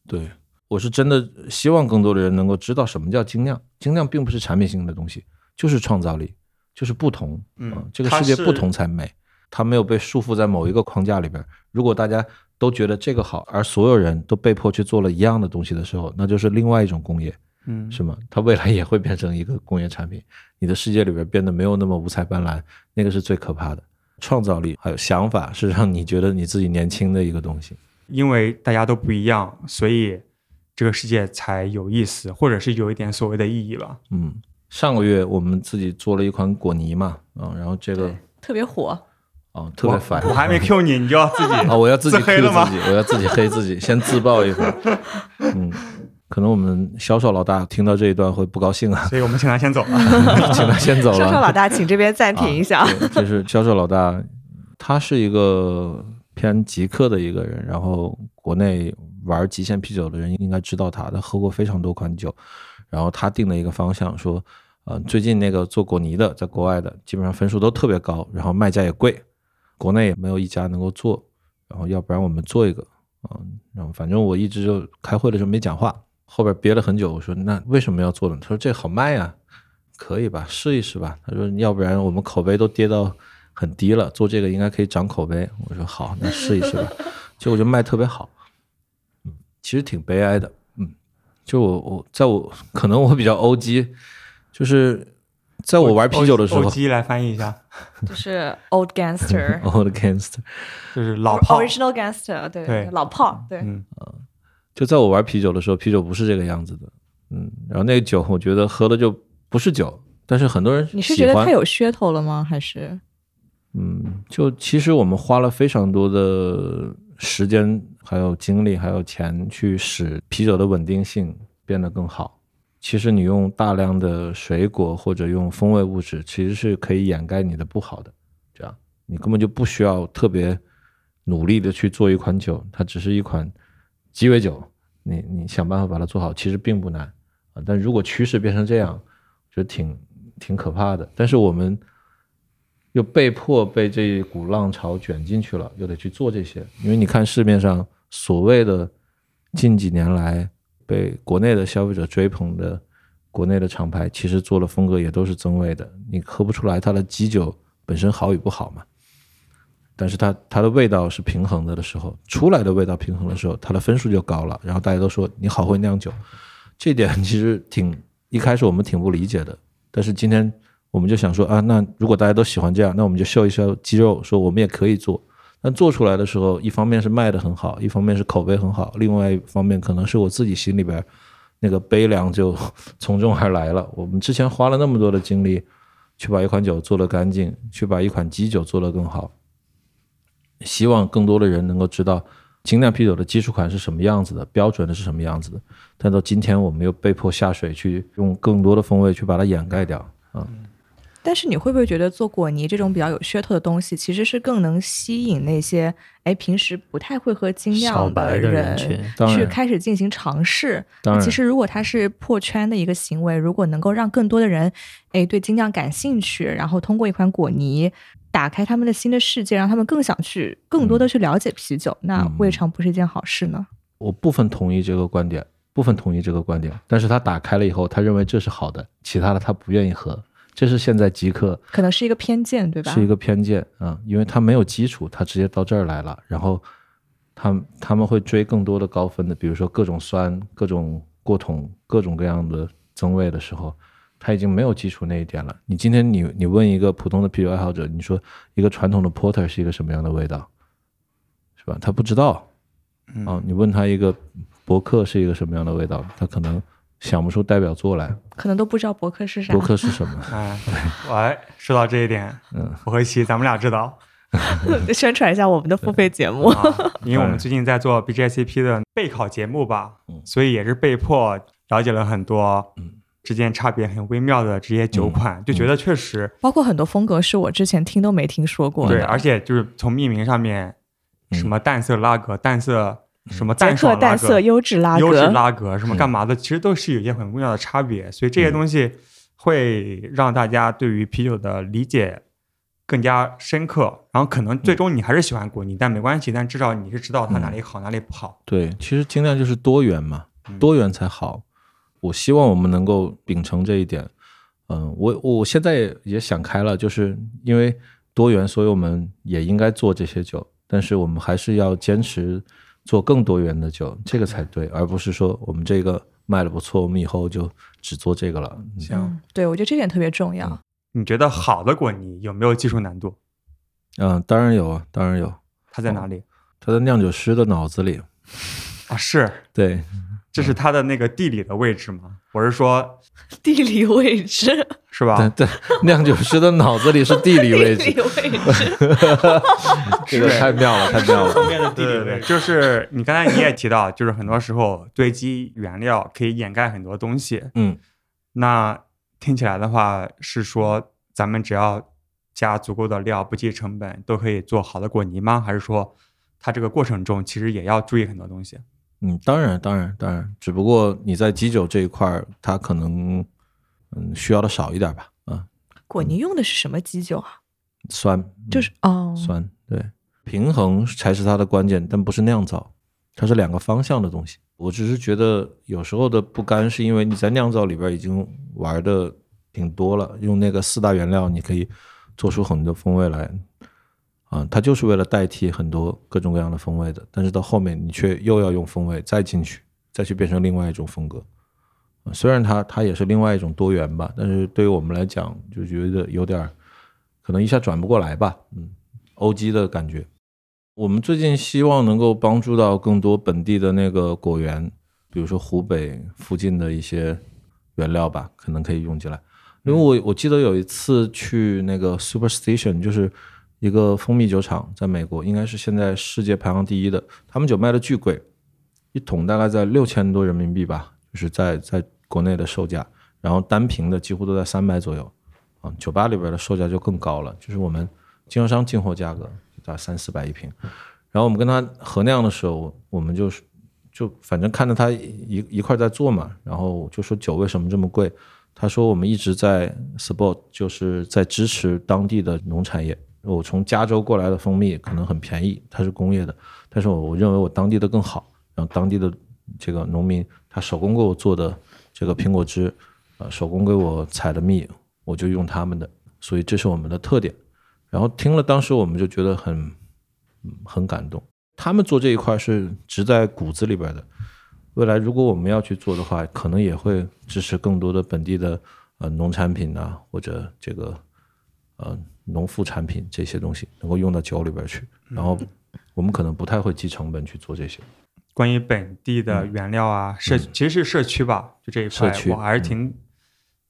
S4: 对我是真的希望更多的人能够知道什么叫精酿。精酿并不是产品性的东西，就是创造力，就是不同。啊
S2: 嗯
S4: 这个
S2: 它
S4: 世界
S2: 是
S4: 不同才美，它没有被束缚在某一个框架里边。如果大家都觉得这个好，而所有人都被迫去做了一样的东西的时候，那就是另外一种工业，
S2: 嗯
S4: 是吗？它未来也会变成一个工业产品。你的世界里边变得没有那么五彩斑斓，那个是最可怕的。创造力还有想法是让你觉得你自己年轻的一个东西。
S2: 因为大家都不一样，所以这个世界才有意思，或者是有一点所谓的意义吧。
S4: 嗯，上个月我们自己做了一款果泥嘛，啊、然后这个
S3: 特别火，
S4: 啊、特别
S2: 我
S4: 烦，
S2: 我 还没 Q 你，你就要自己
S4: 啊、我要自己
S2: 自
S4: Q
S2: 黑了吗
S4: 自己，我要自己黑自己，先自爆一 会儿。嗯，可能我们销售老大听到这一段会不高兴啊，
S2: 所以我们请他先走啊了。
S4: 请他先走了。
S3: 销售老大，请这边暂停一下。
S4: 啊对就是销售老大，他是一个偏极客的一个人，然后国内玩极限啤酒的人应该知道他，他喝过非常多款酒，然后他定了一个方向，说，呃，最近那个做果泥的，在国外的基本上分数都特别高，然后卖价也贵，国内也没有一家能够做，然后要不然我们做一个，嗯，然后反正我一直就开会的时候没讲话，后边憋了很久，我说那为什么要做呢？他说这好卖呀、可以吧，试一试吧。他说，要不然我们口碑都跌到很低了，做这个应该可以涨口碑。我说好，那试一试吧。 结果就卖特别好，嗯，其实挺悲哀的，嗯，就我我在我可能我比较 O G，就是在 我玩啤酒的时候
S2: O G 来翻译一下，
S3: 就是 old gangster。
S4: ，old gangster，
S2: 就是老炮。
S3: original gangster，对
S2: 对
S3: 老炮，对，
S2: 嗯，
S4: 就在我玩啤酒的时候，啤酒不是这个样子的，嗯，然后那个酒我觉得喝了就不是酒，但是很多人
S3: 你是
S4: 喜
S3: 觉得
S4: 欢
S3: 太有噱头了吗？还是
S4: 嗯，就其实我们花了非常多的时间、还有精力、还有钱去使啤酒的稳定性变得更好。其实你用大量的水果或者用风味物质，其实是可以掩盖你的不好的。这样你根本就不需要特别努力的去做一款酒，它只是一款鸡尾酒，你你想办法把它做好，其实并不难啊。但如果趋势变成这样，我觉得挺挺可怕的。但是我们又被迫被这一股浪潮卷进去了，又得去做这些。因为你看市面上所谓的近几年来被国内的消费者追捧的国内的厂牌，其实做的风格也都是增味的，你喝不出来它的基酒本身好与不好嘛。但是它它的味道是平衡的的时候，出来的味道平衡的时候，它的分数就高了。然后大家都说你好会酿酒，这点其实挺一开始我们挺不理解的，但是今天我们就想说啊，那如果大家都喜欢这样，那我们就秀一秀肌肉，说我们也可以做。但做出来的时候，一方面是卖的很好，一方面是口碑很好，另外一方面可能是我自己心里边那个悲凉就 从中而来了。我们之前花了那么多的精力去把一款酒做得干净，去把一款基酒做得更好，希望更多的人能够知道精酿啤酒的基础款是什么样子的，标准的是什么样子的。但到今天，我们又被迫下水去用更多的风味去把它掩盖掉。
S3: 但是你会不会觉得做果泥这种比较有噱头的东西，其实是更能吸引那些哎平时不太会喝精
S1: 小
S3: 酿
S1: 白的人
S3: 人
S1: 群
S4: 当然
S3: 去开始进行尝试？
S4: 当
S2: 嗯
S4: 然，
S3: 其实，如果它是破圈的一个行为，如果能够让更多的人，哎，对精酿感兴趣，然后通过一款果泥打开他们的新的世界，让他们更想去更
S2: 嗯
S3: 多的去了解啤酒，那未尝不是一件好事呢？
S4: 我部分同意这个观点，部分同意这个观点，但是他打开了以后，他认为这是好的，其他的他不愿意喝，这是现在极客
S3: 可能是一个偏见，对吧？
S4: 是一个偏见啊、因为他没有基础，他直接到这儿来了，然后他他们会追更多的高分的，比如说各种酸、各种过桶、各种各样的增味的时候，他已经没有基础那一点了。你今天你你问一个普通的啤酒爱好者，你说一个传统的 porter 是一个什么样的味道，是吧？他不知道啊、你问他一个伯克是一个什么样的味道，他可能想不出代表作来。
S3: 可能都不知道博客是啥啊
S4: 伯。克是什么？
S2: 哎，哎，说到这一点，
S4: 嗯，
S2: 我和琪咱们俩知道，
S3: 宣传一下我们的付费节目，
S2: 啊，因为我们最近在做 BJCP 的备考节目吧
S4: 嗯，
S2: 所以也是被迫了解了很多
S4: 嗯
S2: 之间差别很微妙的这些酒款，就觉得确实
S3: 包括很多风格是我之前听都没听说过
S2: 对，
S3: 的。
S2: 而且就是从命名上面，
S4: 嗯
S2: 什么淡色拉格、淡色什么
S3: 捷
S2: 淡
S3: 克
S2: 爽拉
S3: 淡色
S2: 格、
S3: 优质拉
S2: 优质
S3: 格，
S2: 拉格什么
S4: 嗯
S2: 干嘛的，其实都是有一些很微妙的差别，所以这些东西会让大家对于啤酒的理解更加深刻。然后可能最
S4: 嗯
S2: 终你还是喜欢果泥，但没关系，但至少你是知道它哪里好，哪里不好。
S4: 对，其实尽量就是多元嘛
S2: 嗯，
S4: 多元才好。我希望我们能够秉承这一点。嗯，我我现在也想开了，就是因为多元，所以我们也应该做这些酒，但是我们还是要坚持做更多元的酒，这个才对，而不是说我们这个卖的不错，我们以后就只做这个了。嗯
S2: 行
S3: 嗯，对我觉得这点特别重要。
S2: 你觉得好的果泥有没有技术难度？
S4: 嗯，当然有啊，当然有，
S2: 它在哪里？
S4: 他在酿酒师的脑子里。
S2: 啊，是，
S4: 对，
S2: 这
S4: 嗯
S2: 是它的那个地理的位置吗？我是说，
S3: 地理位置，
S2: 是吧？
S4: 但但酿酒师的脑子里是地理位置，
S3: 位置，
S4: 这个太
S2: 哦
S4: 妙了，太妙了。
S2: 面的地理位置，就是你刚才你也提到，就是很多时候堆积原料可以掩盖很多东西。
S4: 嗯，
S2: 那听起来的话是说，咱们只要加足够的料，不计成本，都可以做好的果泥吗？还是说，它这个过程中其实也要注意很多东西？
S4: 嗯，当然，当然，当然，只不过你在基酒这一块儿，它可能嗯需要的少一点吧，啊，
S3: 果泥用的是什么基酒啊？
S4: 酸
S3: 就是哦，
S4: 嗯酸，对，平衡才是它的关键，但不是酿造，它是两个方向的东西。我只是觉得有时候的不甘，是因为你在酿造里边已经玩的挺多了，用那个四大原料，你可以做出很多风味来，啊，它就是为了代替很多各种各样的风味的，但是到后面你却又要用风味再进去，再去变成另外一种风格。啊虽然它它也是另外一种多元吧，但是对于我们来讲，就觉得有点儿可能一下转不过来吧，嗯，OG 的感觉。我们最近希望能够帮助到更多本地的那个果园，比如说湖北附近的一些原料吧，可能可以用进来。因为我我记得有一次去那个 Superstation，就是一个蜂蜜酒厂，在美国应该是现在世界排行第一的，他们酒卖的巨贵，一桶大概在六千多人民币吧，就是在在国内的售价，然后单瓶的几乎都在三百左右，啊，酒吧里边的售价就更高了，就是我们经销商进货价格就大概三四百一瓶，然后我们跟他合酿的时候，我们就是就反正看着他一一块在做嘛，然后我就说酒为什么这么贵？他说我们一直在 support，就是在支持当地的农产业。我从加州过来的蜂蜜可能很便宜，它是工业的，但是我我认为我当地的更好，然后当地的这个农民他手工给我做的这个苹果汁，呃，手工给我采的蜜，我就用他们的，所以这是我们的特点。然后听了，当时我们就觉得很，嗯很感动。他们做这一块是植在骨子里边的，未来如果我们要去做的话，可能也会支持更多的本地的呃农产品啊，或者这个呃农副产品这些东西能够用到酒里边去。然后我们可能不太会计成本去做这些。
S2: 关于本地的原料啊，社其实是社区吧，就这一
S4: 嗯社
S2: 块，
S4: 区嗯
S2: 我还是挺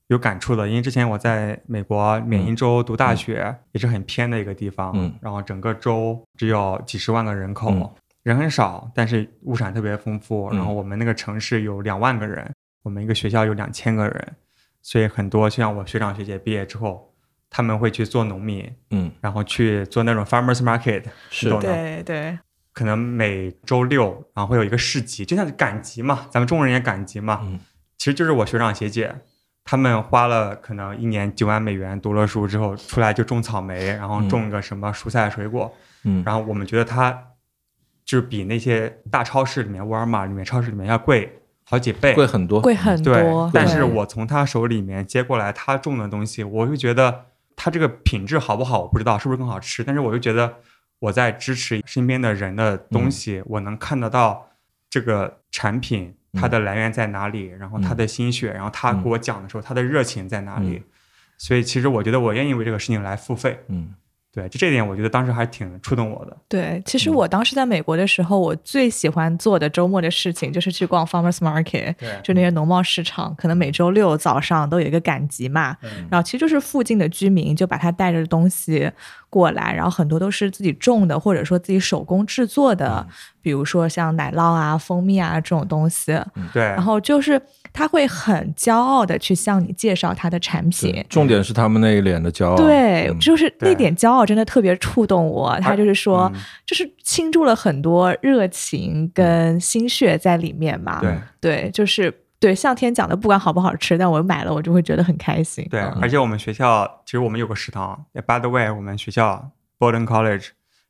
S2: 有感触的，因为之前我在美国缅因州读大学，也是很偏的一个地方，
S4: 嗯
S2: 然后整个州只有几十万个人口，
S4: 嗯
S2: 人很少，但是物产特别丰富，
S4: 嗯
S2: 然后我们那个城市有两万个人，我们一个学校有两千个人，所以很多就像我学长学姐毕业之后，他们会去做农民，
S4: 嗯，
S2: 然后去做那种 farmers market，
S4: 是
S2: 懂的
S3: 对对，
S2: 可能每周六然后会有一个市集，就像赶集嘛，咱们中国人也赶集嘛，
S4: 嗯
S2: 其实就是我学长学姐。他们花了可能一年九万美元读了书之后，出来就种草莓，然后
S4: 嗯
S2: 种个什么蔬菜水果，
S4: 嗯，
S2: 然后我们觉得它就是比那些大超市里面、沃尔玛里面、超市里面要贵好几倍，
S4: 贵很多。
S3: 贵很
S2: 对
S3: 多。，
S2: 但
S3: 对
S2: 是我从他手里面接过来他种的东西，我就觉得他这个品质好不好，我不知道是不是更好吃，但是我就觉得我在支持身边的人的东西，我能看得到这个产品它的来源在哪里，然后他的心血，然后他给我讲的时候，他的热情在哪里。
S4: 嗯
S2: 所以其实我觉得我愿意为这个事情来付费，
S4: 嗯
S2: 对，就这点我觉得当时还挺触动我的。
S3: 对，其实
S4: 嗯
S3: 我当时在美国的时候，我最喜欢做的周末的事情就是去逛 farmers market，
S2: 对
S3: 就那些农贸市场，可能每周六早上都有一个赶集嘛。然后其实就是附近的居民就把他带着东西过来，然后很多都是自己种的，或者说自己手工制作
S2: 嗯
S3: 的，比如说像奶酪啊、蜂蜜啊这种东西。
S2: 对，
S3: 然后就是他会很骄傲的去向你介绍他的产品
S4: 对，重点是他们那一脸的骄傲。
S3: 对，
S4: 嗯
S3: 就是那
S2: 对
S3: 点骄傲真的特别触动我。他就是说，
S2: 嗯
S3: 就是倾注了很多热
S4: 嗯
S3: 情跟心血在里面嘛。
S2: 对
S3: 对，就是对向天讲的，不管好不好吃，但我买了，我就会觉得很开心。
S2: 对，
S3: 嗯
S2: 而且我们学校其实我们有个食堂呃，by the way，我们学校 Bowdoin College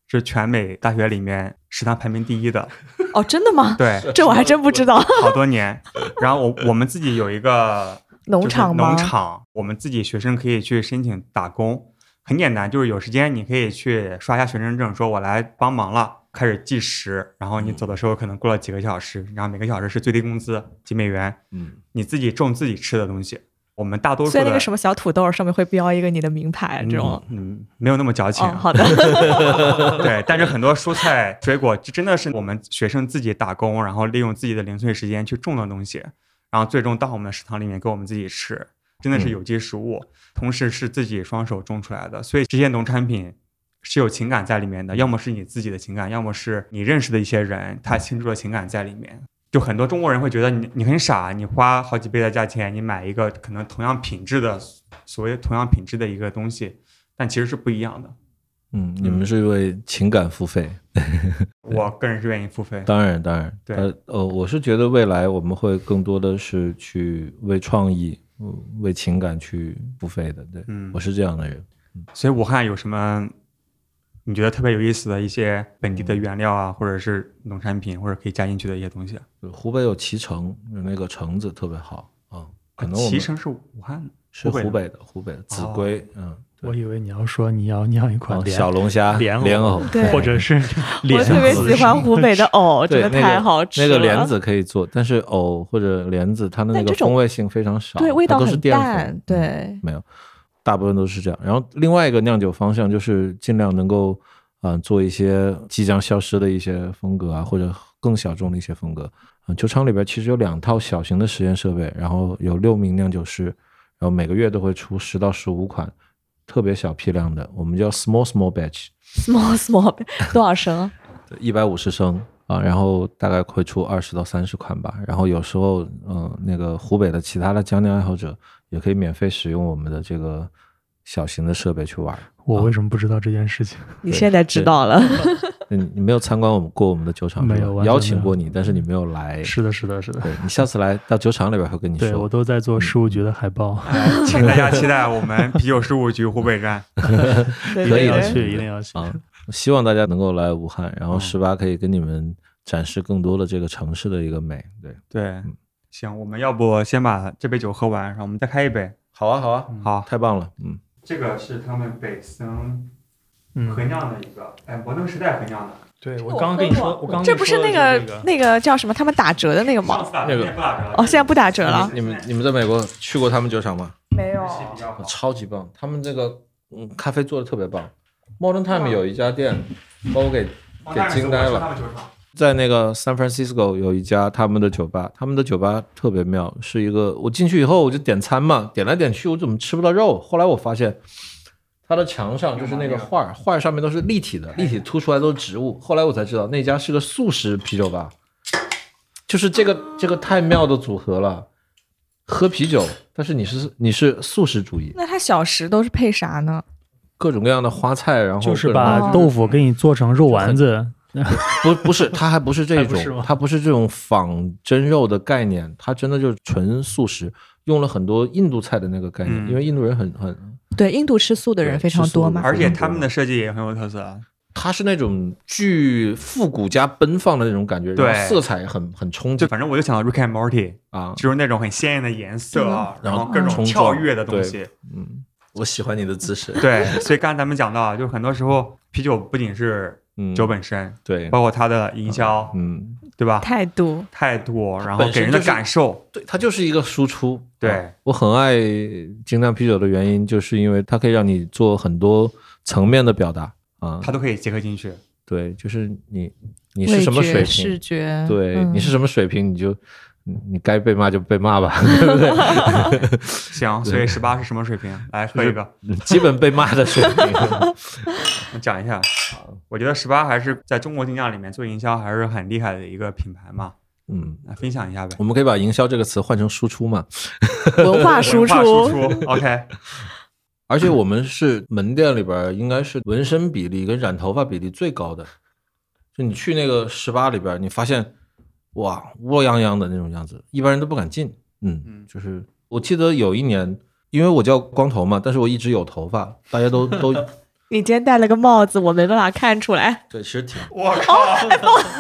S2: 是全美大学里面食堂排名第一 的，
S3: 哦，真的吗？
S2: 对，
S3: 这我还真不知道。
S2: 好多年。然后我我们自己有一个
S3: 农场
S2: 就是
S3: 吗？
S2: 农场，我们自己学生可以去申请打工，很简单，就是有时间你可以去刷一下学生证，说我来帮忙了。开始计时，然后你走的时候可能过了几个小时，然后每个小时是最低工资几美元，
S4: 嗯，
S2: 你自己种自己吃的东西。我们大多数
S3: 所以
S2: 的
S3: 那个什么小土豆上面会标一个你的名牌这种。
S2: 嗯，嗯没有那么矫情
S3: 哦，
S2: 啊，
S3: 好的，
S2: 对，但是很多蔬菜、水果，这真的是我们学生自己打工，然后利用自己的零碎时间去种的东西，然后最终到我们的食堂里面给我们自己吃，真的是
S4: 嗯
S2: 有机食物，同时是自己双手种出来的，所以这些农产品是有情感在里面的，要么是你自己的情感，要么是你认识的一些人他倾注的情感在里面。就很多中国人会觉得你你很傻，你花好几倍的价钱，你买一个可能同样品质的所谓同样品质的一个东西，但其实是不一样的。
S4: 嗯，你们是为情感付费，
S2: 我个人是愿意付费。
S4: 当然，当然，
S2: 对
S4: 呃，呃，我是觉得未来我们会更多的是去为创意、嗯为情感去付费的，对，
S2: 嗯
S4: 我是这样的人。
S2: 所以武汉有什么你觉得特别有意思的一些本地的原料
S4: 嗯
S2: 啊，或者是农产品，或者可以加进去的一些东西啊？
S4: 就湖北有脐橙，有那个橙子特别好啊，可能我
S2: 脐
S4: 们
S2: 呃橙是武汉
S4: 是
S2: 湖
S4: 湖
S2: 北
S4: 北的，湖北的秭归，嗯，对
S5: 我以为你要说你要你要一款
S4: 哦
S5: 莲
S4: 小龙虾、
S5: 莲藕
S4: 莲藕，
S3: 对
S5: 或者是莲
S3: 我
S5: 子，
S3: 特别喜欢湖北的藕，真
S4: 对
S3: 的
S4: 那个
S3: 太好吃了。
S4: 那个莲子可以做，但是藕或者莲子，它的那
S3: 但这
S4: 个
S3: 种
S4: 风味性非常少，
S3: 对味
S4: 它
S3: 道
S4: 啊都是
S3: 很
S4: 淀粉嗯
S3: 淡，对，
S4: 没有，大部分都是这样。然后另外一个酿酒方向就是尽量能够，嗯、做一些即将消失的一些风格啊，或者更小众的一些风格。嗯、酒厂里边其实有两套小型的实验设备，然后有六名酿酒师，然后每个月都会出十到十五款特别小批量的，我们叫 small small batch，
S3: small small 多少升？
S4: 一百五十升啊，然后大概会出二十到三十款吧。然后有时候，嗯、那个湖北的其他的江酿爱好者也可以免费使用我们的这个小型的设备去玩。
S5: 我为什么不知道这件事情？
S3: 你现在知道了，
S4: 嗯，你没有参观我们过我们的酒厂是吧，
S5: 没有完全
S4: 邀请
S5: 没有
S4: 过你，但是你没有来。
S5: 是的，是的，是的。
S4: 对你下次来到酒厂里边会跟你
S5: 对我
S4: 说。嗯
S5: 都在做事务局的海报，
S2: 哎请大家期待我们啤酒事务局湖北站。
S3: 对
S5: 一
S4: 可以
S5: 定
S3: 对
S5: 要
S3: 对。
S5: 去，一定要去。
S4: 啊，希望大家能够来武汉，然后
S2: 嗯
S4: 十八可以跟你们展示更多的这个城市的一个美。 对，
S2: 对，行，我们要不先把这杯酒喝完，然后我们再开一杯。
S4: 好啊，好啊，
S2: 好，
S4: 太棒了，嗯，
S2: 这个是他们北森
S5: 嗯，
S2: 酿的一个，哎，摩登时代合酿的。
S5: 对
S3: 我刚跟你说我
S5: 刚
S3: 这不是那个那个叫什么？他们打折的那个吗？
S2: 次打
S4: 那个
S2: 不打折啊
S3: 哦，现在不打折了。
S4: 你们你们在美国去过他们酒厂吗？
S3: 没
S2: 哦
S3: 有，
S4: 超级棒，他们这个嗯咖啡做的特别棒。Modern Time 有一家店把我给
S2: 哦
S4: 给惊呆了，在那个 San Francisco 有一家他们的酒吧，他们的酒吧特别妙，是一个我进去以后我就点餐嘛，点来点去我怎么吃不到肉？后来我发现它的墙上就是那个画儿，画儿上面都是立体的，立体凸出来都是植物。后来我才知道那家是个素食啤酒吧，就是这个这个太妙的组合了。喝啤酒，但是你是你是素食主义，
S3: 那它小食都是配啥呢？
S4: 各种各样的花菜，然后
S5: 就是
S4: 各种嗯
S5: 把
S3: 哦
S5: 豆腐给你做成肉丸子，
S4: 不不是，它还不是这
S5: 还不
S4: 种，
S5: 是吗
S4: 它不是这种仿真肉的概念，它真的就是纯素食，用了很多印度菜的那个概
S2: 嗯
S4: 念，因为印度人很很，
S3: 对，印度吃素的人
S4: 对
S3: 非常
S4: 吃素
S3: 多
S4: 的
S3: 嘛
S4: 人。
S2: 而且他们的设计也很有特色，啊
S4: 它是那种巨复古加奔放的那种感觉，
S2: 对
S4: 然后色彩也很很冲
S2: 就
S4: 击
S2: 反正我就想到 Rick and Morty，
S4: 啊，
S2: 就是那种很鲜艳的颜色啊，
S4: 嗯
S2: 然后各种跳跃的东西。
S4: 嗯，我喜欢你的姿势，
S2: 对，所以刚才咱们讲到啊，就是很多时候啤酒不仅是
S4: 嗯，
S2: 酒本哦身，
S4: 对，
S2: 包括它的营销，
S4: 嗯，
S2: 对吧？
S3: 态度，
S2: 态度，然后
S4: 本身
S2: 给人的
S4: 就是
S2: 感受，
S4: 对，它就是一个输出。
S2: 对
S4: 啊我很爱精酿啤酒的原因，就是因为它可以让你做很多层面的表达啊，
S2: 它都可以结合进去。
S4: 对，就是你
S3: 你
S4: 你是什么水平
S3: 视，觉，
S4: 对，
S3: 嗯
S4: 你是什么水平，你就你你该被骂就被骂吧， 对不对？
S2: 行，所以十八是什么水平？来喝一个，
S4: 基本被骂的水平。
S2: 我讲一下。啊我觉得十八还是在中国精酿里面做营销还是很厉害的一个品牌嘛，
S4: 嗯，
S2: 来分享一下呗
S4: 我。们可以把“营销”这个词换成输出嘛？
S3: 文化输
S2: 文
S3: 出
S2: 化，输出，OK，
S4: 而且我们是门店里边儿应该是纹身比例跟染头发比例最高的，就你去那个十八里边儿，你发现哇乌泱泱的那种样子，一般人都不敢进。嗯
S2: 嗯，
S4: 就是我记得有一年，因为我叫光头嘛，但是我一直有头发，大家都都
S3: 你今天戴了个帽子，我没办法看出来。
S4: 对，其实挺
S2: 我靠，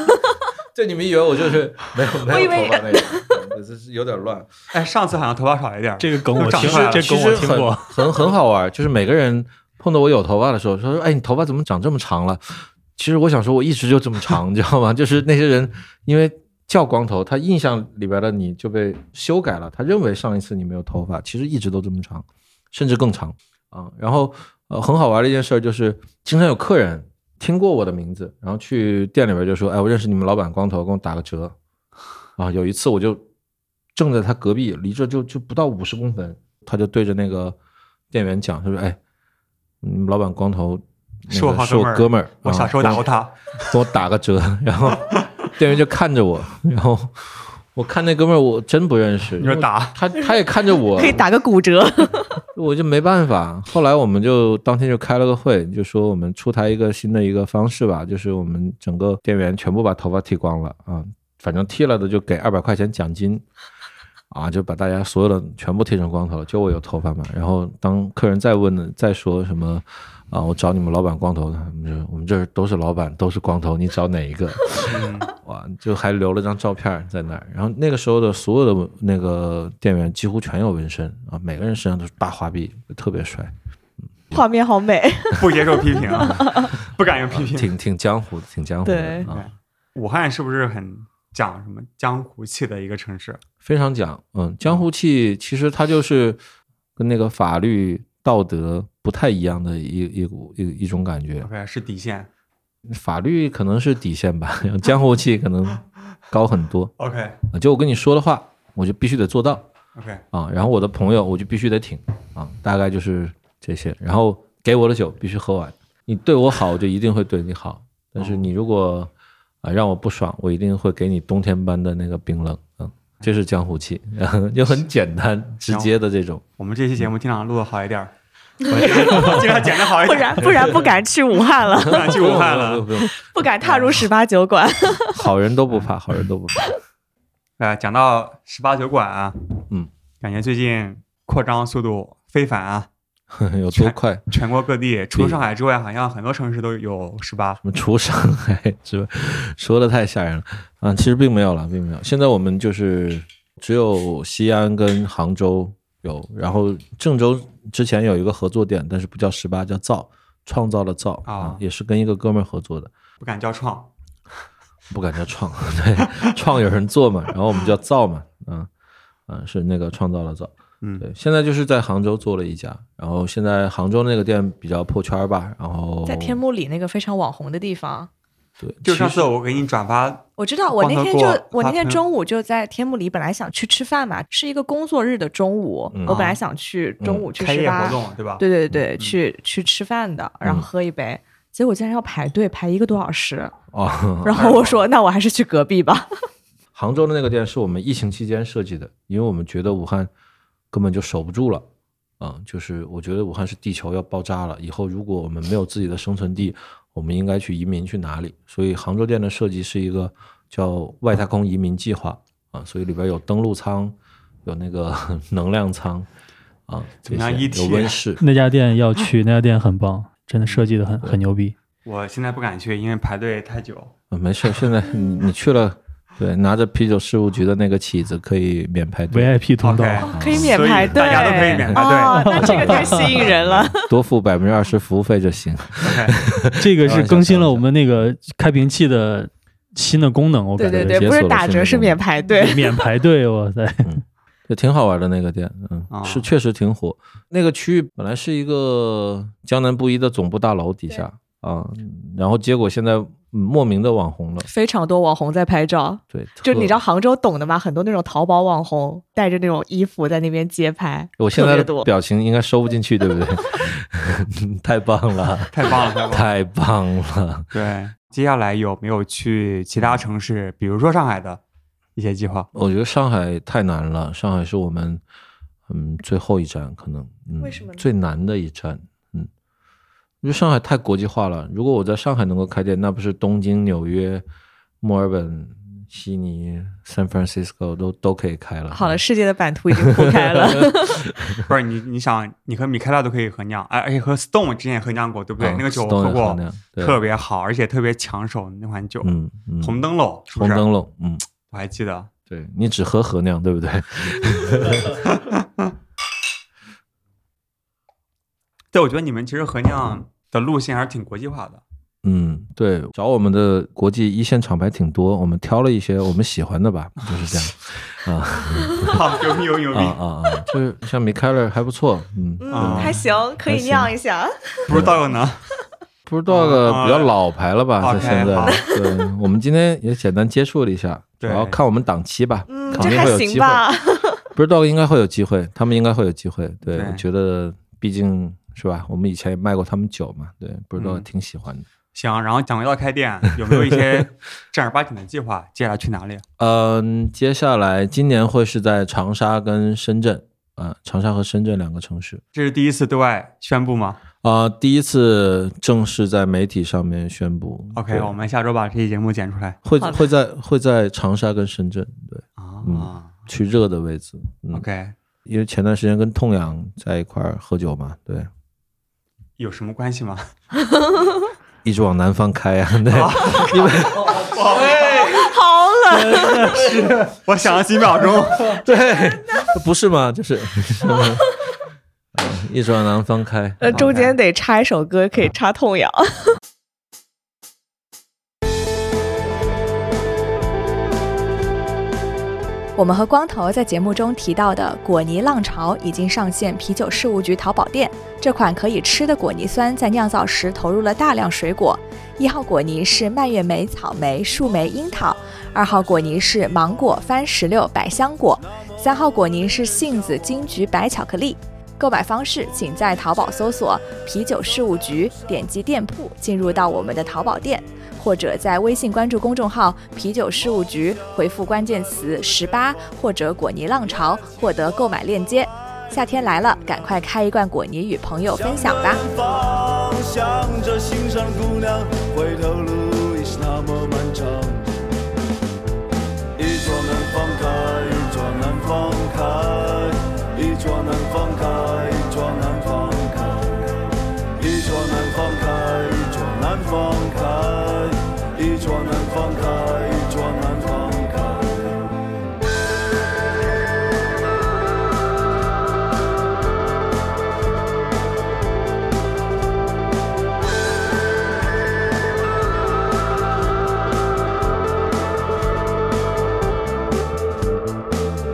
S4: 对，你们以为我 就是没有没
S3: 我以
S4: 有
S3: 为
S4: 头发那个，这是有点乱。
S2: 哎，上次好像头发少一点儿，
S5: 这个梗
S2: 我
S5: 我
S2: 听
S5: 听
S2: 过，
S5: 这
S4: 其
S5: 梗
S4: 实
S5: 我听过。
S4: 很很很好玩，就是每个人碰到我有头发的时候，说：“哎，你头发怎么长这么长了？”其实我想说，我一直就这么长，你知道吗？就是那些人因为叫光头，他印象里边的你就被修改了，他认为上一次你没有头发，其实一直都这么长，甚至更长啊、然后呃，很好玩的一件事儿就是，经常有客人听过我的名字，然后去店里边就说：“哎，我认识你们老板光头，给我打个折。”啊，有一次我就正在他隔壁，离这就就不到五十公分，他就对着那个店员讲，他说：“哎，你们老板光头，那
S2: 是我
S4: 个
S2: 好
S4: 是我
S2: 哥
S4: 哥们儿，
S2: 我
S4: 啊
S2: 小时候打过，他，
S4: 给我给我打个折。”然后店员就看着我，然后我看那哥们儿我真不认识，
S2: 你说打
S4: 他他也看着我，
S3: 可以打个骨折，
S4: 我就没办法。后来我们就当天就开了个会，就说我们出台一个新的一个方式吧，就是我们整个店员全部把头发剃光了啊，反正剃了的就给二百块钱奖金。啊，就把大家所有的全部剃成光头了，就我有头发嘛。然后当客人再问的，再说什么啊，我找你们老板光头的，他们说我们这儿都是老板，都是光头，你找哪一个？
S2: 嗯，
S4: 哇，就还留了张照片在那儿。然后那个时候的所有的那个店员几乎全有纹身啊，每个人身上都是大花臂，特别帅，
S3: 画面好美。
S2: 不接受批评，啊 不敢用批评。
S4: 挺挺江湖的，挺江湖的
S3: 对
S4: 啊，
S2: 武汉是不是很讲什么江湖气的一个城市？
S4: 非常讲。嗯，江湖气其实它就是跟那个法律道德不太一样的一一股一一种感觉。
S2: OK，是底线。
S4: 法律可能是底线吧，然后江湖气可能高很多。
S2: OK
S4: 啊就我跟你说的话，我就必须得做到。
S2: OK，
S4: 啊，然后我的朋友我就必须得挺啊，大概就是这些。然后给我的酒必须喝完，你对我好，我就一定会对你好。但是你如果啊让我不爽，我一定会给你冬天般的那个冰冷。嗯，这是江湖气，就很简单直接的 这种。
S2: 我们这期节目尽量录的好一点 儿，我尽量剪的好一
S3: 不
S2: 点儿，
S3: 然不然不敢去武汉 了，
S2: 不然去武汉
S4: 不用
S2: 了。
S4: 不用，不用
S3: 不敢踏入十八酒馆。
S4: 好人都不怕，好人都不怕。
S2: 哎，讲到十八酒馆啊，
S4: 嗯，
S2: 感觉最近扩张速度非凡啊，
S4: 有多快？什
S2: 全国各地，除了上海之外，好像很多城市都有十八。
S4: 么除上海之外，说的太吓人了啊！其实并没有了，并没有。现在我们就是只有西安跟杭州有，然后郑州之前有一个合作店，但是不叫十八，叫造，创造的造
S2: 啊
S4: 也是跟一个哥们儿合作的，
S2: 不敢叫创，
S4: 不敢叫创，啊啊对，创有人做嘛，然后我们叫造嘛，嗯嗯，是那个创造的造，
S2: 嗯
S4: 对，现在就是在杭州做了一家，然后现在杭州那个店比较破圈儿吧，然后
S3: 在天幕里那个非常网红的地方。
S4: 对，
S2: 就上
S4: 其
S2: 次
S4: 实
S2: 我给你转发，
S3: 我知道，我那
S2: 光头
S3: 天就
S2: 过
S3: 我那天
S2: 花盆
S3: 中午就在天幕里，本来想去吃饭嘛，是一个工作日的中午，
S4: 嗯
S3: 我本来想去中午去
S2: 啊嗯开
S3: 十
S2: 业
S3: 八
S2: 活，动对嗯吧？
S3: 对对对，去去吃饭的，然后喝一杯，结果竟然要排队排一个多小时，
S2: 嗯
S4: 哦，
S3: 然后我说那我还是去隔壁吧，
S4: 杭州的那个店是我们疫情期间设计的，因为我们觉得武汉根本就守不住了。嗯，就是我觉得武汉是地球要爆炸了，以后如果我们没有自己的生存地，我们应该去移民去哪里？所以杭州店的设计是一个叫外太空移民计划啊，所以里边有登陆舱，有那个 能量舱啊，
S2: 怎
S4: 这
S2: 么样
S4: 些
S2: 一体
S4: 有温室。
S5: 那家店要去，那家店很棒，真的设计的很很牛逼。
S2: 我现在不敢去，因为排队太久。
S4: 啊，没事，现在你你去了，对，拿着啤酒事务局的那个起子可以免排队，
S5: VIP 通道
S2: OK
S3: 可以免排队，
S2: 啊所以大家都可以免排队
S3: 哦， 那这个太吸引人了。
S4: 多付百分之二十服务费就行。
S5: 这个是更新了我们那个开瓶器的新的功能，我
S3: 对
S5: 感觉
S3: 对对，
S4: 解
S3: 不是
S4: 锁了
S3: 打
S4: 新
S3: 折，
S4: 的
S3: 是
S4: 功
S3: 免
S4: 能
S3: 排队。
S2: 嗯
S5: 免排队，哇塞！
S4: 就挺好玩的那个店，嗯，
S3: 哦
S2: 啊
S4: 是确实挺火。那个区域本来是一个江南布衣的总部大楼底下啊、然后结果现在、嗯莫名的网红了，
S3: 非常多网红在拍照，
S4: 对，
S3: 就
S4: 特
S3: 你知道，杭州懂的吗？很多那种淘宝网红带着那种衣服在那边街拍，
S4: 我现
S3: 特
S4: 在
S3: 别
S4: 的
S3: 多。
S4: 表情应该收不进去，对不对？ 太棒了，
S2: 太棒了，太棒了！
S4: 太棒了！
S2: 对，接下来有没有去其他城市，比如说上海的一些计划？
S4: 我觉得上海太难了，上海是我们嗯最后一站，可能嗯
S3: 为什么呢
S4: 最难的一站？嗯，因为上海太国际化了。如果我在上海能够开店，那不是东京、纽约、墨尔本、悉尼、San Francisco 都都可以开了。嗯
S3: 好了，世界的版图已经铺开 了。
S2: 不是你，你想，你和米开朗都可以合酿，哎，而且和 Stone 之前也合酿过，对不对？
S4: 嗯
S2: 那个酒我
S4: Stone
S2: 喝
S4: 也
S2: 过，
S4: 酿，对
S2: 特别好，而且特别抢手那款酒，
S4: 嗯嗯，
S2: 红灯笼是不
S4: 红
S2: 是？
S4: 灯笼，嗯，
S2: 我还记得。
S4: 对你只喝和酿，对不对？
S2: 对，我觉得你们其实合酿的路线还是挺国际化的。
S4: 嗯，对，找我们的国际一线厂牌挺多，我们挑了一些我们喜欢的吧，就是这样。
S2: 好，牛逼牛逼牛
S4: 啊
S2: 逼！
S4: 啊啊！就是像米开勒还不错，嗯，
S3: 嗯，
S2: 啊
S3: 还行，可以
S4: 还行
S3: 酿一下。
S2: 不知道
S4: 嗯
S2: 有呢，
S4: 不知道的比较老牌了吧，
S2: 啊
S4: 在现在
S2: 好。
S4: 对，我们今天也简单接触了一下，
S2: 对
S4: 然后看我们档期吧，
S3: 嗯，
S4: 肯
S3: 这
S4: 定
S3: 还
S4: 会有
S3: 行
S4: 机会。
S3: 吧？
S4: 不知道应该会有机会，他们应该会有机会。对，
S2: 对
S4: 我觉得毕竟是吧，我们以前也卖过他们酒嘛，对，不知道
S2: 嗯
S4: 挺喜欢的。
S2: 行，然后讲回到开店，有没有一些 正儿八经的计划？接下来去哪里？啊
S4: 嗯，接下来今年会是在长沙跟深圳，啊、长沙和深圳两个城市。
S2: 这是第一次对外宣布吗
S4: 啊、第一次正式在媒体上面宣布。
S2: ？OK，
S4: 对
S2: 我们下周把这期节目剪出来
S4: 会
S3: 好的
S4: 会在会在长沙跟深圳，对，
S2: 啊。
S4: 嗯去热的位置。嗯
S2: OK，
S4: 因为前段时间跟痛痒在一块儿喝酒嘛，对，
S2: 有什么关系吗？
S4: 一直往南方开啊，对，
S3: 好冷，
S2: 我想了几秒 钟，
S4: 对，不是吗？就是， 嗯一直往南方开。 啊
S3: 呃，中间得插一首歌，可以插痛痒。 我们和光头在节目中提到的果泥浪潮已经上线啤酒事务局淘宝店。这款可以吃的果泥酸在酿造时投入了大量水果。一号果泥是蔓越莓、草莓、树莓、樱桃；二号果泥是芒果、番石榴、百香果；三号果泥是杏子、金桔、白巧克力。购买方式，请在淘宝搜索“啤酒事务局”，点击店铺进入到我们的淘宝店，或者在微信关注公众号“啤酒事务局”，回复关键词“十八”或者“果泥浪潮”，获得购买链接。夏天来了，赶快开一罐果泥与朋友分享吧！
S1: 方向着心上的姑娘，回头路已是那么漫长。一直往南方开，一直往南方开，一直往南方开，一直往南方开，一直往南方开，一直往南方开，一直往南方开，一直往南方开。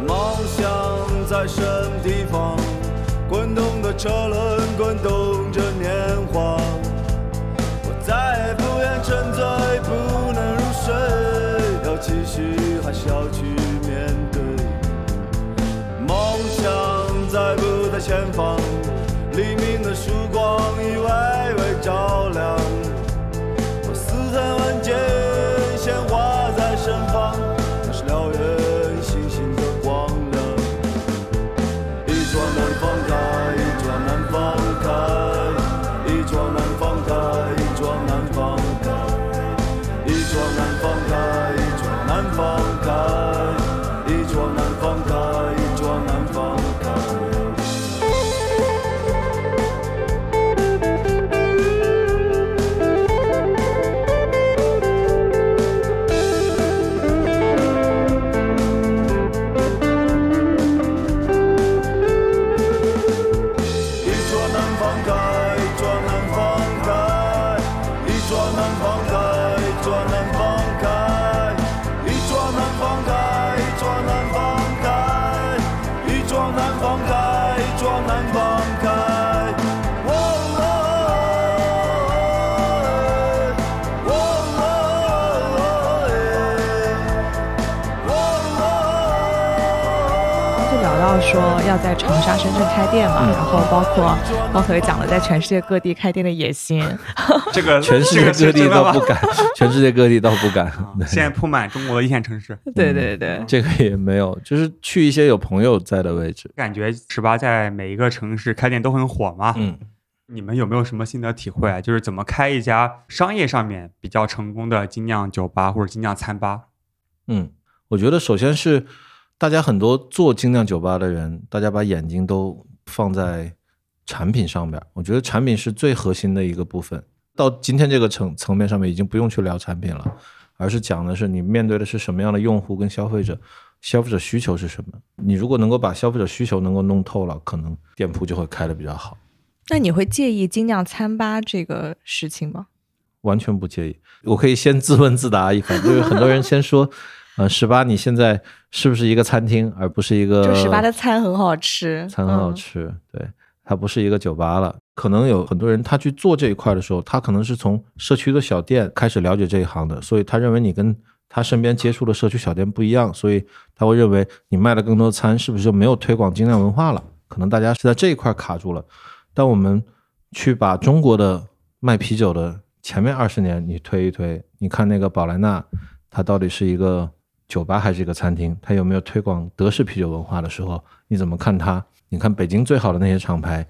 S1: 梦想在什么地方
S6: 车轮滚动着年华，我再也不愿沉醉，不能入睡，要继续还是要去面对？梦想在不在前方？黎明的曙光已微微照亮。我似曾闻见鲜花在盛放，那是辽远星星的光亮。一좌南方开，一좌南方开，一좌南方开，一좌南方开。一桌南方开，一桌南方开，一桌南方开，一桌南方开。一桌南方开，一桌南方开，一桌南方开，一桌南方开，一桌南方开，一桌南方开，一桌南方开，一桌南方开。哦哦哦哦哦哦
S3: 就聊到说要在长沙、深圳开店嘛，然后包括包括也讲了在全世界各地开店的野心，
S2: 这个
S4: 全世界
S2: 这个
S4: 各
S2: 是
S4: 地
S2: 真的
S4: 倒
S2: 吗啊哦
S4: 不敢，全世界各地倒不敢。 对
S2: 现在铺满中国的一线城市，
S3: 对对对，
S4: 这个也没有，就是去一些有朋友在的位置。
S2: 感觉十八在每一个城市开店都很火嘛。
S4: 嗯，
S2: 你们有没有什么心得体会啊？就是怎么开一家商业上面比较成功的精酿酒吧或者精酿餐吧？
S4: 嗯，我觉得首先是大家很多做精酿酒吧的人，大家把眼睛都放在产品上面儿。我觉得产品是最核心的一个部分。到今天这个层层面上面，已经不用去聊产品了，而是讲的是你面对的是什么样的用户跟消费者，消费者需求是什么。你如果能够把消费者需求能够弄透了，可能店铺就会开得比较好。
S3: 那你会介意精酿餐吧这个事情吗？
S4: 完全不介意。我可以先自问自答一番，因为很多人先说，呃，十八你现在是不是一个餐厅，而不是一个
S3: 就十八的餐很好吃，
S4: 呃餐很好
S3: 嗯，
S4: 吃，对，它不是一个酒吧了。可能有很多人他去做这一块的时候，他可能是从社区的小店开始了解这一行的，所以他认为你跟他身边接触的社区小店不一样，所以他会认为你卖的更多餐是不是就没有推广精酿文化了？可能大家是在这一块卡住了。但我们去把中国的卖啤酒的前面二十年你推一推，你看那个宝莱纳，它到底是一个酒吧还是一个餐厅？它有没有推广德式啤酒文化的时候，你怎么看它？你看北京最好的那些厂牌，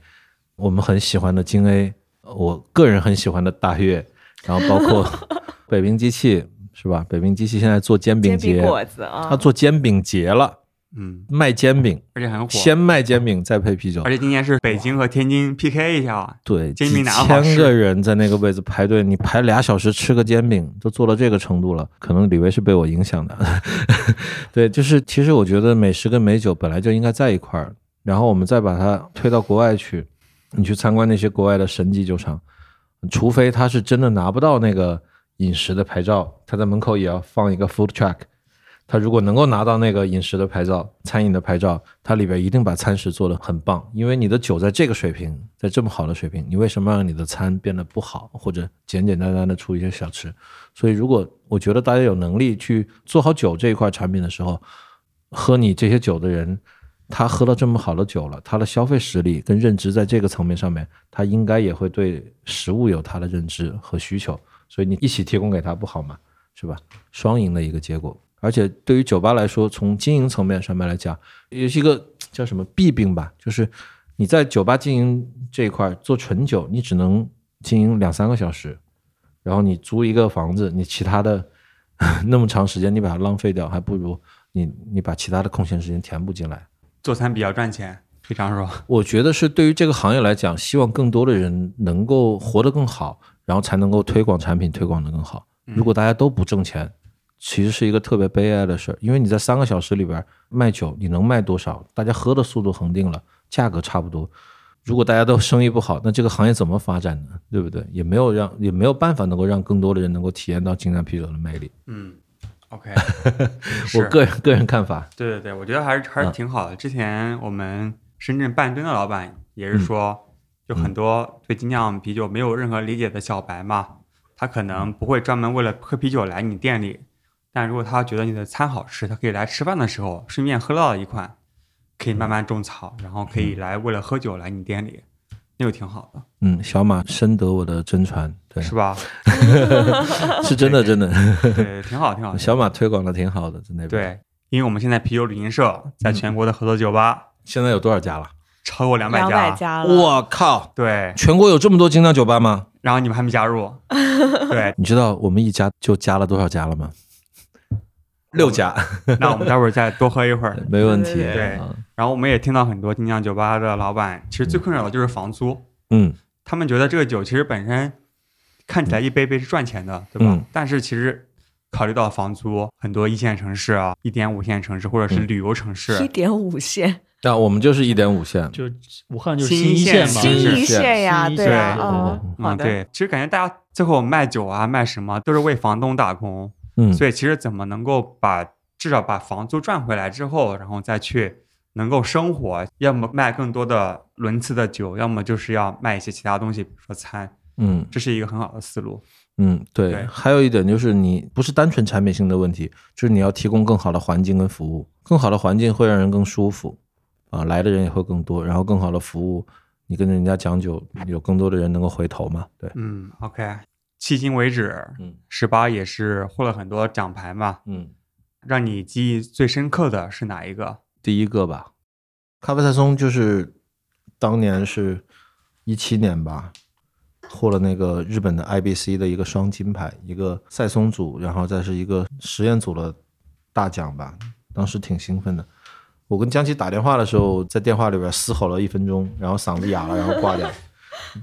S4: 我们很喜欢的京 A，我个人很喜欢的大悦，然后包 括北冰机器是吧？北冰机器现在做煎饼
S3: 煎
S4: 节
S3: 饼，果子啊，
S4: 它做煎饼节了，
S2: 嗯，
S4: 卖煎饼，
S2: 而且
S3: 嗯
S2: 很火。
S4: 先卖煎饼再配啤酒
S2: 而。且今年是北京和天津 PK 一下啊，
S4: 对，
S2: 煎
S4: 几
S2: 饼哪个好
S4: 千
S2: 吃
S4: 个人在那个位置排队，你排俩小时吃个煎饼，都做到这个程度了，可能李维是被我影响的。 对，就是其实我觉得美食跟美酒本来就应该在一块儿，然后我们再把它推到国外去，你去参观那些国外的神级酒厂，除非他是真的拿不到那个饮食的牌照，他在门口也要放一个 food truck。他如果能够拿到那个饮食的牌照、餐饮的牌照，它里边一定把餐食做得很棒。因为你的酒在这个水平，在这么好的水平，你为什么让你的餐变得不好，或者简简单单的出一些小吃？所以，如果我觉得大家有能力去做好酒这一块产品的时候，喝你这些酒的人，他喝到这么好的酒了，他的消费实力跟认知在这个层面上面，他应该也会对食物有他的认知和需求。所以你一起提供给他不好吗？是吧？双赢的一个结果。而且对于酒吧来说，从经营层面上面来讲，也是一个叫什么弊病吧，就是你在酒吧经营这一块儿做纯酒，你只能经营两三个小时，然后你租一个房子，你其他的 那么长时间你把它浪费掉，还不如你你把其他的空闲时间填补进来。
S2: 做餐比较赚钱，非常说，
S4: 我觉得是对于这个行业来讲，希望更多的人能够活得更好，然后才能够推广产品，推广得更好。
S2: 嗯
S4: 如果大家都不挣钱，其实是一个特别悲哀的事儿，因为你在三个小时里边儿卖酒，你能卖多少？大家喝的速度恒定了，价格差不多。如果大家都生意不好，那这个行业怎么发展呢？对不对？也没有让也没有办法能够让更多的人能够体验到精酿啤酒的魅力。
S2: 嗯，OK，
S4: 我
S2: 是
S4: 个人个人看法，
S2: 对对对，我觉得还是还是挺好的。之前我们深圳半吨的老板也是说，就很多对精酿啤酒没有任何理解的小白嘛，他可能不会专门为了喝啤酒来你店里，但如果他觉得你的餐好吃，他可以来吃饭的时候顺便喝到一款，可以慢慢种草，然后可以来为了喝酒来你店里，那就挺好的，
S4: 嗯，小马深得我的真传，对，
S2: 是吧？
S4: 是 真的，真的，
S2: 对，挺好，挺好。
S4: 小马推广的挺好的，在那边。，
S2: 对，因为我们现在啤酒旅行社在全国的合作酒吧
S4: 现在有多少家了？
S2: 超过两百
S3: 两
S2: 家，
S3: 百家了，
S4: 我靠！
S2: 对，
S4: 全国有这么多精酿酒吧吗？
S2: 然后你们还没加入，对，
S4: 你知道我们一家就加了多少家了吗？六家，
S2: 那我们待会儿再多喝一会儿。
S4: 没问题。
S3: 对
S2: 对
S4: 啊
S2: 然后我们也听到很多精酿酒吧的老板，其实最困扰的就是房租，
S4: 嗯
S2: 他们觉得这个酒其实本身看起来一杯杯是赚钱的，对吧？
S4: 嗯
S2: 但是其实考虑到房租，很多一线城市啊、一点五线城市或者是
S4: 嗯
S2: 旅游城市，
S3: 一点五线，
S4: 那我们就是一点五线，
S5: 就武汉就是
S2: 新
S5: 新一
S2: 一
S5: 线
S2: 线
S5: 嘛，
S4: 啊
S2: 新
S5: 是
S3: 一线呀，
S5: 新一线
S3: 对啊，
S2: 对
S3: 嗯，好
S2: 嗯，
S3: 的，
S2: 对，其实感觉大家最后卖酒啊、卖什么都是为房东打工，
S4: 嗯，
S2: 所以其实怎么能够把至少把房租赚回来之后，然后再去能够生活，要么卖更多的轮次的酒，要么就是要卖一些其他东西，比如说餐，
S4: 嗯
S2: 这是一个很好的思路。
S4: 嗯，对
S2: 对。
S4: 还有一点就是，你不是单纯产品性的问题，就是你要提供更好的环境跟服务，更好的环境会让人更舒服，啊，来的人也会更多，然后更好的服务，你跟人家讲酒，有更多的人能够回头嘛，对，
S2: 嗯，OK，迄今为止，
S4: 嗯
S2: 十八也是获了很多奖牌嘛，
S4: 嗯。
S2: 让你记忆最深刻的是哪一个？
S4: 第一个吧。咖啡赛松就是当年是一七年吧，获了那个日本的 IBC 的一个双金牌，一个赛松组，然后再是一个实验组的大奖吧。当时挺兴奋的。我跟江奇打电话的时候，在电话里边嘶吼了一分钟，然后嗓子哑了，然后挂 掉了。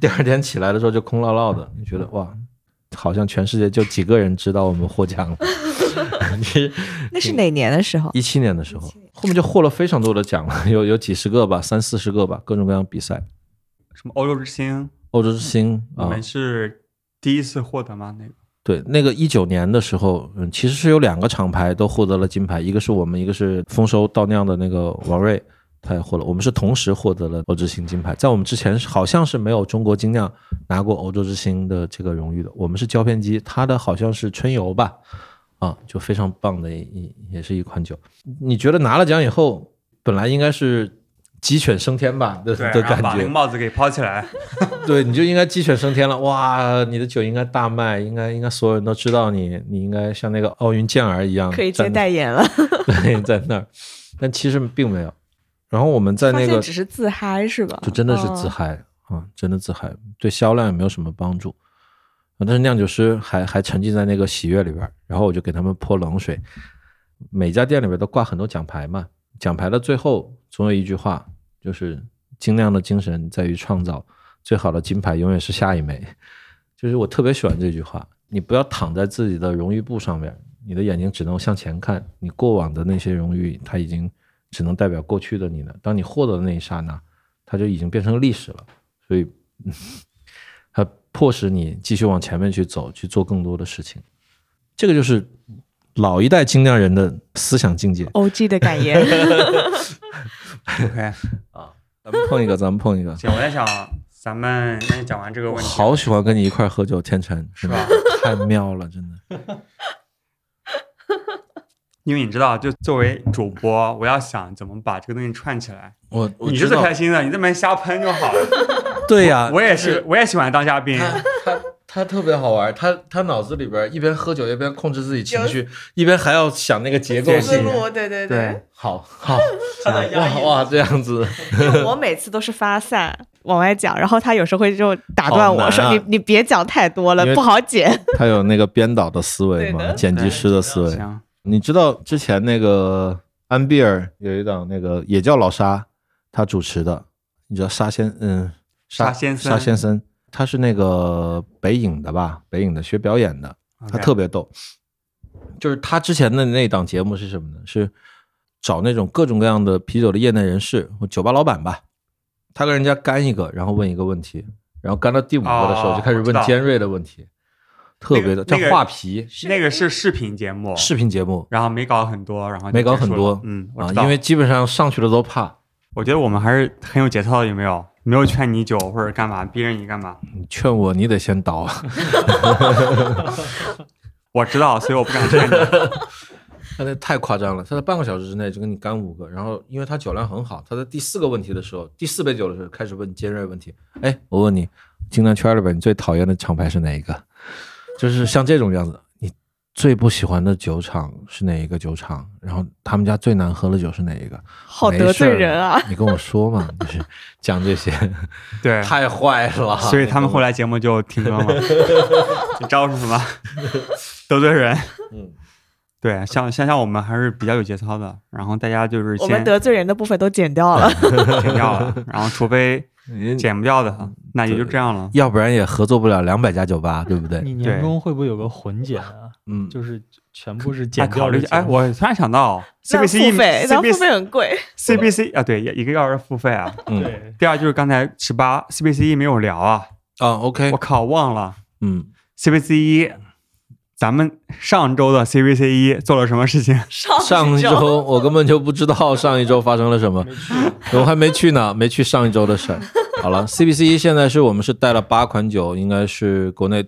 S4: 第二天起来的时候就空落落的，你觉得哇，好像全世界就几个人知道我们获 奖了。你
S3: 那是哪年的时候？
S4: 一七年的时候，后面就获了非常多的奖了，有有几十个吧，三四十个吧，各种各样比赛。
S2: 什么欧洲之星？
S4: 欧洲之星
S2: 我
S4: 啊
S2: 们，是第一次获得吗？那个
S4: 对，那个一九年的时候，嗯，其实是有两个厂牌都获得了金牌，一个是我们，一个是丰收到酿的那个王瑞，他也获了。我们是同时获得了欧洲之星金牌，在我们之前是好像是没有中国精酿拿过欧洲之星的这个荣誉的。我们是胶片机，它的好像是春游吧，啊，就非常棒的一一也是一款酒。你觉得拿了奖以后，本来应该是鸡犬升天吧的的
S2: 然
S4: 感
S2: 后把那
S4: 觉
S2: 个，帽子给抛起 来，
S4: 对，你就应该鸡犬升天了。哇，你的酒应该大卖，应该应该所有人都知道你，你应该像那个奥运健儿一样
S3: 可以
S4: 在
S3: 接
S4: 那
S3: 代言了，
S4: 对，在那儿。但其实并没有。然后我们在
S3: 发
S4: 那
S3: 现
S4: 个
S3: 只是自嗨是吧？
S4: 就真的是自
S3: 嗯
S4: 嗨啊、真的自嗨，对销量也没有什么帮助。啊但是酿酒师还还沉浸在那个喜悦里边儿，然后我就给他们泼冷水。每家店里边都挂很多奖牌嘛，奖牌的最后总有一句话，就是精酿的精神在于创造，最好的金牌永远是下一枚。就是我特别喜欢这句话，你不要躺在自己的荣誉簿上面，你的眼睛只能向前看，你过往的那些荣誉，它已经只能代表过去的你了。当你获得的那一刹那，它就已经变成历史了，所以 嗯它迫使你继续往前面去走，去做更多的事情。这个就是老一代精酿人的思想境界。
S3: OG 的感 言，
S2: OK，
S4: 咱们碰一个，咱们碰一个。
S2: 行，我在想，咱们那讲完这个
S4: 我
S2: 问题，
S4: 好喜欢跟你一块儿喝酒，天成
S2: 是吧？
S4: 太妙了，真的。
S2: 因为你知道，就作为主播，我要想怎么把这个东西串起来。
S4: 我我
S2: 你
S4: 知
S2: 是最
S4: 道
S2: 开心的，你这边瞎喷就好 了。
S4: 对呀、
S2: 我也是，我也喜欢当嘉宾。
S4: 他他他特别好玩，他他脑子里边一边喝酒一边控制自己情绪，一边还要想那个结构
S2: 对
S4: 性。
S3: 对对
S2: 对，
S4: 好好，哇哇这样子，
S3: 因为我每次都是发散往外讲，然后他有时候会就打断我、
S4: 好难啊
S3: 说：“你你别讲太多了
S4: 因，为
S3: 不好剪。
S4: 他有那个编导的思维
S3: 对
S4: 嘛，
S3: 的
S4: 剪辑师的思维。
S2: 行，
S4: 你知道之前那个安比尔有一档那个也叫老沙，他主持的，你知道沙先嗯
S2: 沙先生
S4: 沙先生，他是那个北影的吧？北影的学表演的，
S2: OK
S4: 他特别逗。就是他之前的那档节目是什么呢？是找那种各种各样的啤酒的业内人士，或酒吧老板吧，他跟人家干一个，然后问一个问题，然后干到第五个的时候
S2: 哦
S4: 就开始
S2: 我知
S4: 问
S2: 道
S4: 尖锐的问题，特别的
S2: 那个
S4: 叫
S2: 哦那个
S4: 画皮
S2: 那个是视频节目，
S4: 视频节目。
S2: 然后没搞很多，然后就
S4: 没搞
S2: 结束
S4: 很多
S2: 了嗯，我
S4: 啊
S2: 知，道
S4: 因为基本上上去了都怕。
S2: 我觉得我们还是很有节操的，有没有？没有劝你酒或者干嘛，逼着你干嘛。
S4: 你劝我，你得先倒。
S2: 我知道，所以我不敢劝 你。
S4: 他那太夸张了，他在半个小时之内就给你干五个，然后因为他酒量很好，他在第四个问题的时候，第四杯酒的时候开始问尖锐问题。哎，我问你，精酿圈里边你最讨厌的厂牌是哪一个？就是像这种样子，你最不喜欢的酒厂是哪一个酒厂？然后他们家最难喝的酒是哪一个？
S3: 好得罪人啊
S4: 没！事儿！你跟我 说嘛，就是讲这些，
S2: 对，
S4: 太坏了。
S2: 所以他们后来节目就停更 了。你招是什么？ 得罪人。
S4: 嗯，
S2: 对，像像像我们还是比较有节操的，然后大家就是
S7: 我们
S2: 先
S7: 得罪人的部分都剪掉了。
S2: 剪掉了，然后除非
S4: 嗯你
S2: 剪不掉的，那也就这样了。
S4: 要不然也合作不了两百家酒吧，对不对？
S5: 你
S2: 对
S5: 年终会不会有个混剪啊？
S4: 嗯，
S5: 就是全部是
S2: 哎，
S5: 剪
S2: 考
S5: 掉
S2: 虑
S5: 的
S2: 一下，哎，
S5: 节目
S2: 我突然想到
S7: 那付
S2: ，CBC
S7: 费，那付
S2: CBC
S7: 费很贵。
S2: CBC 啊，对，一个要是付费啊。
S4: 嗯
S5: 对
S2: 第二就是刚才十八 CBC 一没有聊啊，
S4: 啊，OK，
S2: 我靠，忘了
S4: 嗯，
S2: CBC 一，咱们上周的 CBC 一做了什么事情？
S7: 上
S4: 上一
S7: 周
S4: 周我根本就不知道上一周发生了什么，我还没去呢，没去上一周的事儿。好了，CBC 现在是我们是带了八款酒，应该是国内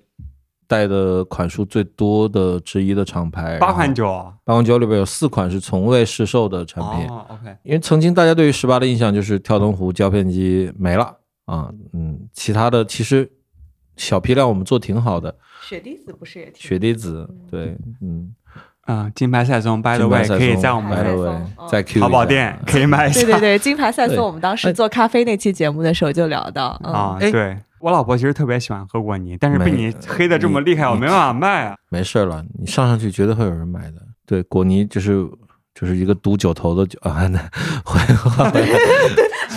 S4: 带的款数最多的之一的厂牌。
S2: 八款，酒啊。
S4: 八款酒里边有四款是从未试售的产品。
S2: 哦，OK，
S4: 因为曾经大家对于十八的印象就是跳灯壶、胶片机没了啊，嗯，其他的其实小批量我们做挺好的，
S7: 雪滴子不是也挺
S4: 雪滴子，对，嗯，
S2: 嗯，金牌赛松，by the
S4: 金牌
S2: way，
S4: 赛
S2: 可以
S4: 松
S2: 在我们的
S4: by the
S7: 的
S4: way，
S7: 嗯
S4: 再 Q 一下
S2: 淘宝店可以买一
S7: 对
S2: 下。
S7: 对对，金牌赛
S4: 对
S7: 松，我们当时做咖啡那期节目的时候就聊到，嗯，
S2: 啊，
S4: 哎
S2: 对我老婆其实特别喜欢喝果泥，但是被
S4: 没
S2: 你黑的这么厉害，我没办法卖啊。
S4: 没事儿了，你上上去绝对会有人买的。对，果泥就是就是一个堵酒头的酒 啊，那会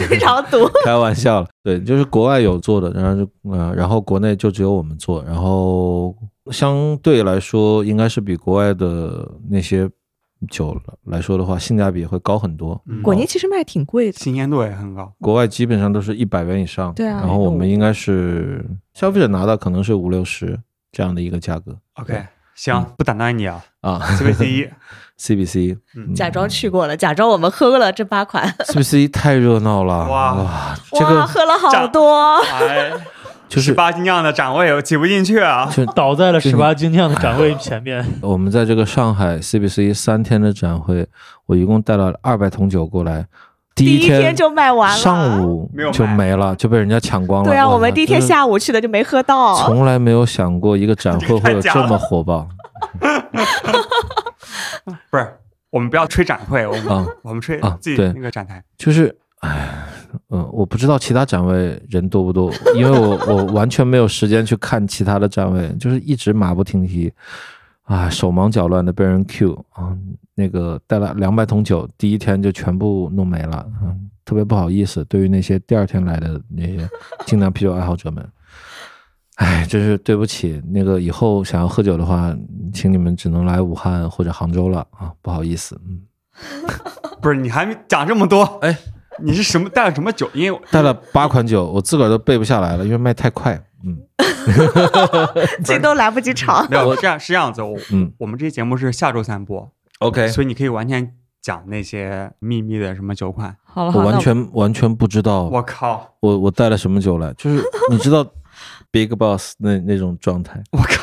S7: 非常毒。
S4: 开玩笑了。对，就是国外有做的，然后就呃，然后国内就只有我们做，然后相对来说应该是比国外的那些酒来说的话，性价比会高很多。
S2: 嗯
S7: 果泥其实卖挺贵的，
S2: 新鲜度也很高，
S4: 国外基本上都是一百元以上，
S7: 对啊
S4: 然后我们应该是消费者拿到可能是五六十这样的一个价格
S2: OK，行，不打断你啊
S4: 啊。
S2: ，CVC 一，
S4: CBC
S2: 嗯
S7: 假装去过了，假装我们喝了这八款，
S4: CBC 太热闹了
S2: 哇
S4: 这
S7: 哇，
S4: 个
S7: 喝了好
S2: 炸
S7: 多。
S2: 哎，
S4: 就是
S2: 十八斤酿的展位我挤不进去啊。
S5: 倒在了十八精酿的展位 前面。
S4: 我们在这个上海 CBC 三天的展会，我一共带了二百桶酒过来，第
S7: 第
S4: 一天
S7: 就卖完了，
S4: 上午
S2: 没有
S4: 就
S2: 卖
S4: 没了，就被人家抢光了。
S7: 对啊，
S4: 哇
S7: 我们第一天
S4: 真是
S7: 下午去的就没喝到，
S4: 从来没有想过一个展会会有这么火 爆
S2: 不是，我们不要吹展会，我们
S4: 啊！
S2: 我们吹
S4: 啊
S2: 自己
S4: 对
S2: 那个展台。
S4: 就是，唉，嗯，我不知道其他展位人多不多，因为我我完全没有时间去看其他的展位，就是一直马不停蹄，啊，手忙脚乱的被人 Q 啊，那个带了两百桶酒，第一天就全部弄没了，嗯，特别不好意思，对于那些第二天来的那些精酿啤酒爱好者们。唉，真是对不起，那个以后想要喝酒的话，请你们只能来武汉或者杭州了啊，不好意思，嗯，
S2: 不是，你还没讲这么多，
S4: 哎，
S2: 你是什么带了什么酒？因为
S4: 带了八款酒，我自个儿都背不下来了，因为卖太快。嗯
S7: 这都来不及尝。
S2: 没有是这样是这样子，我
S4: 嗯
S2: 我们这期节目是下周三播，
S4: ，OK，
S2: 所以你可以完全讲那些秘密的什么酒款。
S7: 好了
S4: 我完全完全不知道
S2: 我靠，
S4: 我我带了什么酒来，就是你知道 Big Boss 那那种状态。
S2: 我靠，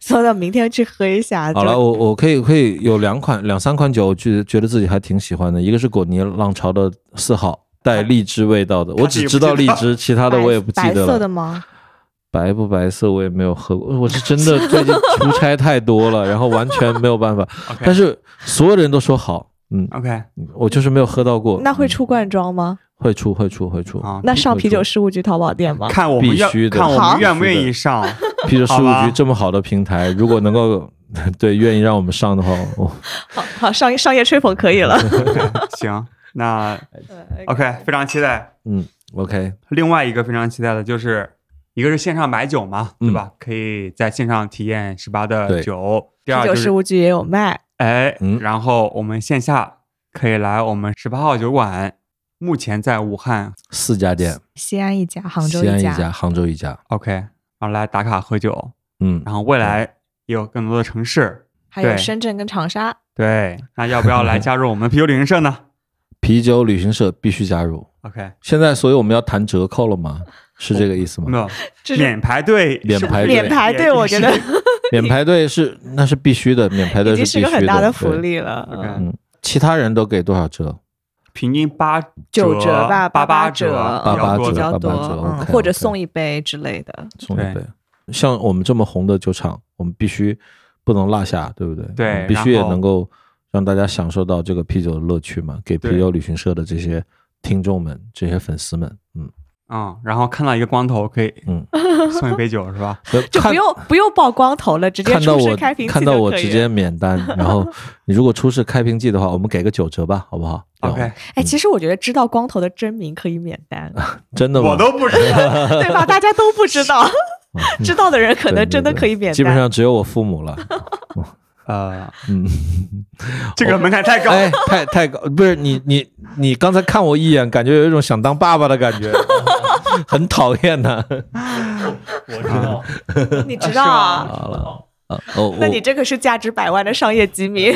S7: 说到明天去喝一下。
S4: 好
S7: 就
S4: 了，我我可以可以有两款两三款酒，我觉得觉得自己还挺喜欢的，一个是果泥浪潮的四号。带荔枝味道的，
S2: 他
S4: 我只知道荔枝，其他的我也不记
S7: 白
S4: 得
S7: 色的
S4: 了。
S7: 吗？
S4: 白不白色我也没有喝过，我是真的最近出差太多了，然后完全没有办 法。但是所有人都说好，嗯，
S2: OK
S4: 我就是没有喝到过。
S7: 那会
S4: 嗯
S7: 出罐装吗？
S4: 会出会出会出嗯
S2: 啊，
S7: 那上啤酒
S4: 会
S7: 事务局淘宝店吗？
S2: 看我们
S4: 啊必
S2: 愿
S4: 须的
S2: 看我
S7: 好
S2: 们愿不愿意上。
S4: 啤酒事
S2: 好
S4: 务
S2: 吧
S4: 局这么好的平台，如果能够对愿意让我们上的话，我、
S7: 好好，商业商业吹捧可以了。
S2: 行， 那
S7: 呃
S2: OK，非常期待。
S4: 嗯，OK，
S2: 另外一个非常期待的就是，一个是线上买酒嘛，对吧？可以在线上体验十八的
S4: 嗯对
S2: 酒。
S7: 啤
S2: 第二
S7: 酒
S2: 就
S7: 事
S2: 是
S7: 务局也有卖，
S2: 哎，
S4: 嗯
S2: 然后我们线下可以来我们十八号酒馆，目前在武汉。
S4: 四家店，
S7: 西安一家，杭州
S4: 西安一
S7: 家，
S4: 家，杭州一家，
S2: OK，然后来打卡喝酒，
S4: 嗯，
S2: 然后未来也有更多的城市。
S7: 还有
S2: 对
S7: 深圳跟长沙。
S2: 对，那要不要来加入我们啤酒旅行社呢？
S4: 啤酒旅行社必须加入。
S2: OK，
S4: 现在，所以我们要谈折扣了吗？是这个意思
S2: 没
S4: 吗？
S2: 有
S7: 这是
S2: 免排队，
S4: 免
S2: 是不是
S4: 排队
S7: 免排队，我觉得
S4: 免排队是那是必须的，免排队
S7: 已经
S4: 是
S7: 是
S4: 必
S7: 个
S4: 须
S7: 很大
S4: 的
S7: 的福。
S4: 对
S7: 利了。
S2: OK
S7: 嗯
S4: 其他人都给多少折？
S2: 平均八
S7: 九折吧，
S2: 八
S7: 八
S2: 折，
S4: 八
S2: 比较
S4: 八
S2: 多
S7: 比
S4: 折
S2: 的
S7: 较多，
S4: 八八折
S7: 嗯
S4: OK，OK
S7: 或者送一杯之类的。
S4: 送
S2: 对
S4: 一杯。像我们这么红的酒厂，我们必须不能落下，对不对？
S2: 对
S4: 我们必须也能够让大家享受到这个啤酒的乐趣嘛，给啤酒旅行社的这些听众们、这些粉丝们， 嗯，
S2: 嗯，然后看到一个光头可以
S4: 嗯
S2: 送一杯酒是吧？
S7: 就
S4: 看
S7: 不用不用曝光头了，直接
S4: 看到
S7: 出
S4: 我
S7: 示开瓶器
S4: 看到
S7: 就
S4: 我
S7: 可以
S4: 直
S7: 了
S4: 接免单， 然后你如果出示开瓶器的话，我们给个九折吧，好不好哦
S2: OK
S7: 哎，其实我觉得知道光头的真名可以免 单，
S4: 真的吗？
S2: 我都不知道，
S7: 对吧？大家都不知 道，
S4: 嗯
S7: 知道的人可
S4: 对
S7: 能
S4: 对
S7: 真的
S4: 对
S7: 可以免
S4: 基本
S7: 单。
S4: 上只有我父 母了，
S2: 呃，
S4: 嗯，
S2: 这个门槛太高。
S4: 哎，太太高，不是你你你刚才看我一眼，感觉有一种想当爸爸的感 觉，很讨厌的。
S5: 我知道，
S7: 你知道啊？
S4: 好了，啊哦，
S7: 那你这可是价值百万的商业机 密。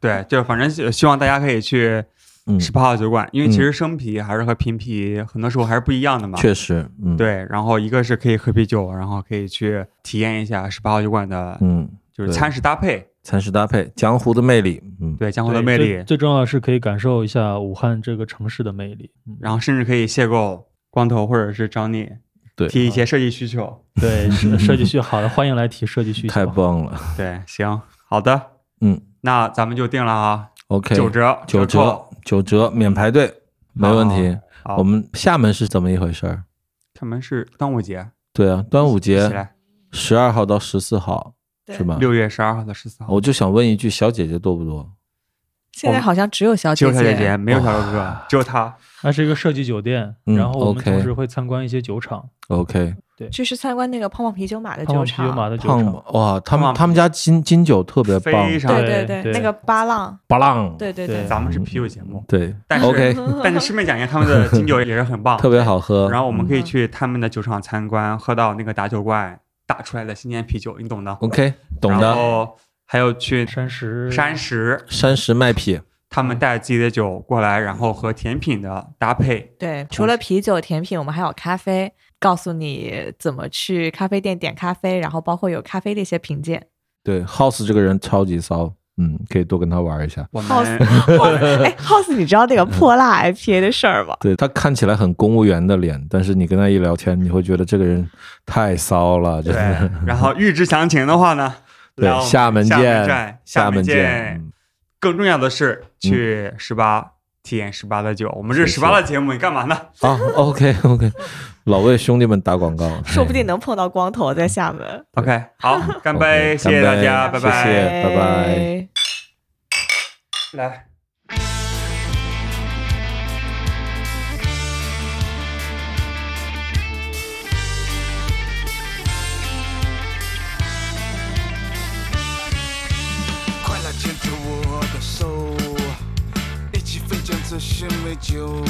S2: 对，就反正希希望大家可以去
S4: 嗯，
S2: 十八号酒馆，因为
S4: 嗯
S2: 其实生啤还是和拼啤很多时候还是不一样的嘛。
S4: 确实，嗯，，
S2: 对，然后一个是可以喝啤酒，然后可以去体验一下十八号酒馆的，
S4: 嗯，
S2: 就是
S4: 对
S2: 餐食搭配，
S4: 餐食搭配，江湖的魅力，嗯，
S2: 对江湖的
S5: 对
S2: 魅
S5: 最
S2: 力，
S5: 最重要的是可以感受一下武汉这个城市的魅力。嗯
S2: 然后甚至可以邂逅光头或者是张力，
S4: 对
S2: 提一些设计需求。
S5: 对，是设计需好的，欢迎来提设计需求。
S4: 太棒了，
S2: 对，行，好的，
S4: 嗯
S2: 那咱们就定了啊，
S4: ，OK，
S2: 九，折，
S4: 九折
S2: 扣，，
S4: 九折，免排队，没问题。
S2: 好
S4: 我们厦门是怎么一回事儿？
S2: 厦门是端午节，
S4: 对啊，端午
S2: 起
S4: 节嗯
S2: 来，
S4: 十二号到十四号
S7: 对
S4: 是吧？
S2: 六月十二号到十四号，
S4: 我就想问一句，小姐姐多不多？
S7: 现在好像只有小
S2: 只
S7: 姐
S2: 有小姐姐，没有小六哥，只有他。
S5: 那是一个设计酒店，
S4: 嗯
S5: 然后我们
S4: OK
S5: 同时会参观一些酒厂，
S4: OK，
S7: 就是参观那个泡泡啤酒马的
S5: 胖胖
S7: 酒
S5: 啤酒马
S7: 厂，
S5: 的酒
S4: 胖
S5: 厂，
S4: 吗哇，他
S2: 胖
S4: 们
S2: 吗
S4: 他们家金金酒特别棒，
S2: 非常
S7: 对
S2: 胖
S7: 对
S5: 对
S7: 对，
S5: 对
S7: 那个八浪，
S4: 巴浪，
S7: 对对
S5: 对
S2: 咱们是啤酒节目，
S4: 对
S2: 但 是
S4: 嗯，OK，
S2: 但是顺便讲一下，他们的金酒也是很棒，
S4: 特别好喝。
S7: 嗯
S2: 然后我们可以去他们的酒厂参观，喝到那个打酒怪打出来的新鲜啤酒，你懂的。
S4: OK，懂
S2: 然
S4: 的。
S2: 后还有去
S5: 山石
S2: 山石，
S4: 山石麦啤，
S2: 他
S7: 嗯
S2: 们带自己的酒过来，然后和甜品的搭配。
S7: 对，除了啤酒甜品，我们还有咖啡，告诉你怎么去咖啡店点咖啡，然后包括有咖啡的一些评鉴。
S4: 对，House 这个人超级骚，嗯，可以多跟他玩一下。
S2: 我们
S7: 哎，House，你知道那个泼辣 IPA 的事儿吗？
S4: 对他看起来很公务员的脸，但是你跟他一聊天，你会觉得这个人太骚了， 真
S2: 对
S4: 的。，
S2: 然后预知详情的话呢，来我
S4: 对，
S2: 们
S4: 厦门见
S2: 站，，
S4: 厦
S2: 厦门
S4: 见。
S2: 见。
S4: 嗯
S2: 更重要的是去十八体验十八的酒，我们这
S4: 是
S2: 是十八的节目，你干嘛呢？
S4: 啊，OK OK，老为兄弟们打广告，
S7: 说不定能碰到光头在厦门。
S2: OK，好，干杯！
S4: OK，
S2: 谢谢大家，
S4: 干
S2: 拜
S4: 杯
S2: 拜。
S4: 谢谢拜拜。
S2: 来，
S6: 快来牵着我的手，一起分享这些美酒，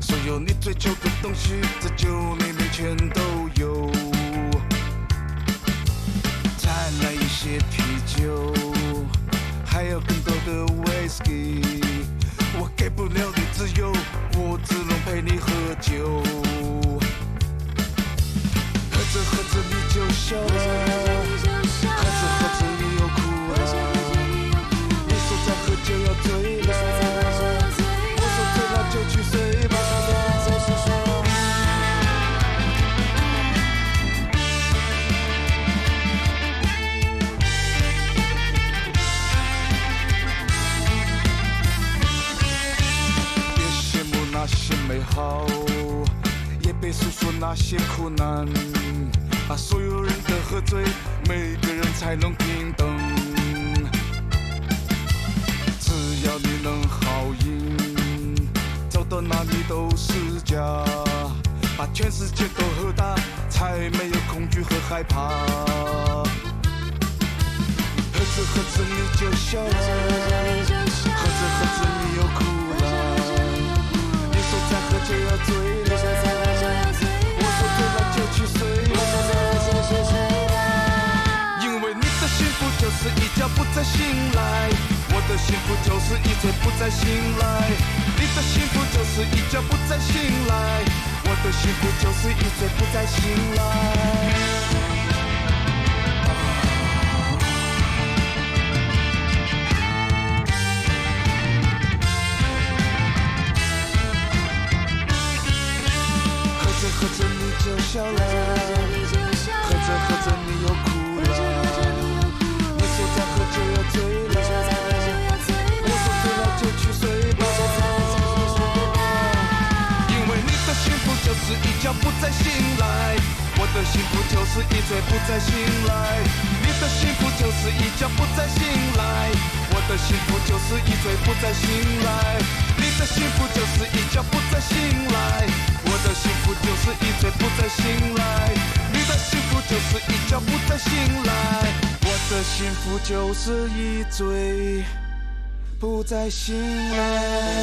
S6: 所有你追求的东西，在酒里面全都有。再来一些啤酒，还有更多的 whisky，我给不了你自由，我只能陪你喝酒。喝着喝着你就笑了。喝着喝着你又哭了，你说再喝就要醉了，我说醉了就去睡吧。别羡慕那些美好，也别诉说那些苦难，把所有人的喝醉，每个人才能平等。只要你能好饮，走到哪里都是家，把全世界都喝大，才没有恐惧和害怕。喝着喝着你就笑了。喝着喝着你又哭了，你说再喝就要醉了，我说醉了就去睡吧，因为你的幸福就是是一觉不再醒来，我的幸福就是一醉不再醒来，你的幸福就是一觉不再醒来，我的幸福就是一醉不再醒来。喝着喝着你就笑了，喝着喝着你又哭了，你说再喝就要醉了，我说醉了就去睡吧，因为你的幸福就是一觉不再醒来，我的幸福就是一醉不再醒来，你的幸福就是一觉不再醒来，我的幸福就是一醉不再醒来，你的幸福就是一觉不再醒来。我的幸福就是一醉不再醒来，你的幸福就是一觉不再醒来，我的幸福就是一醉不再醒来。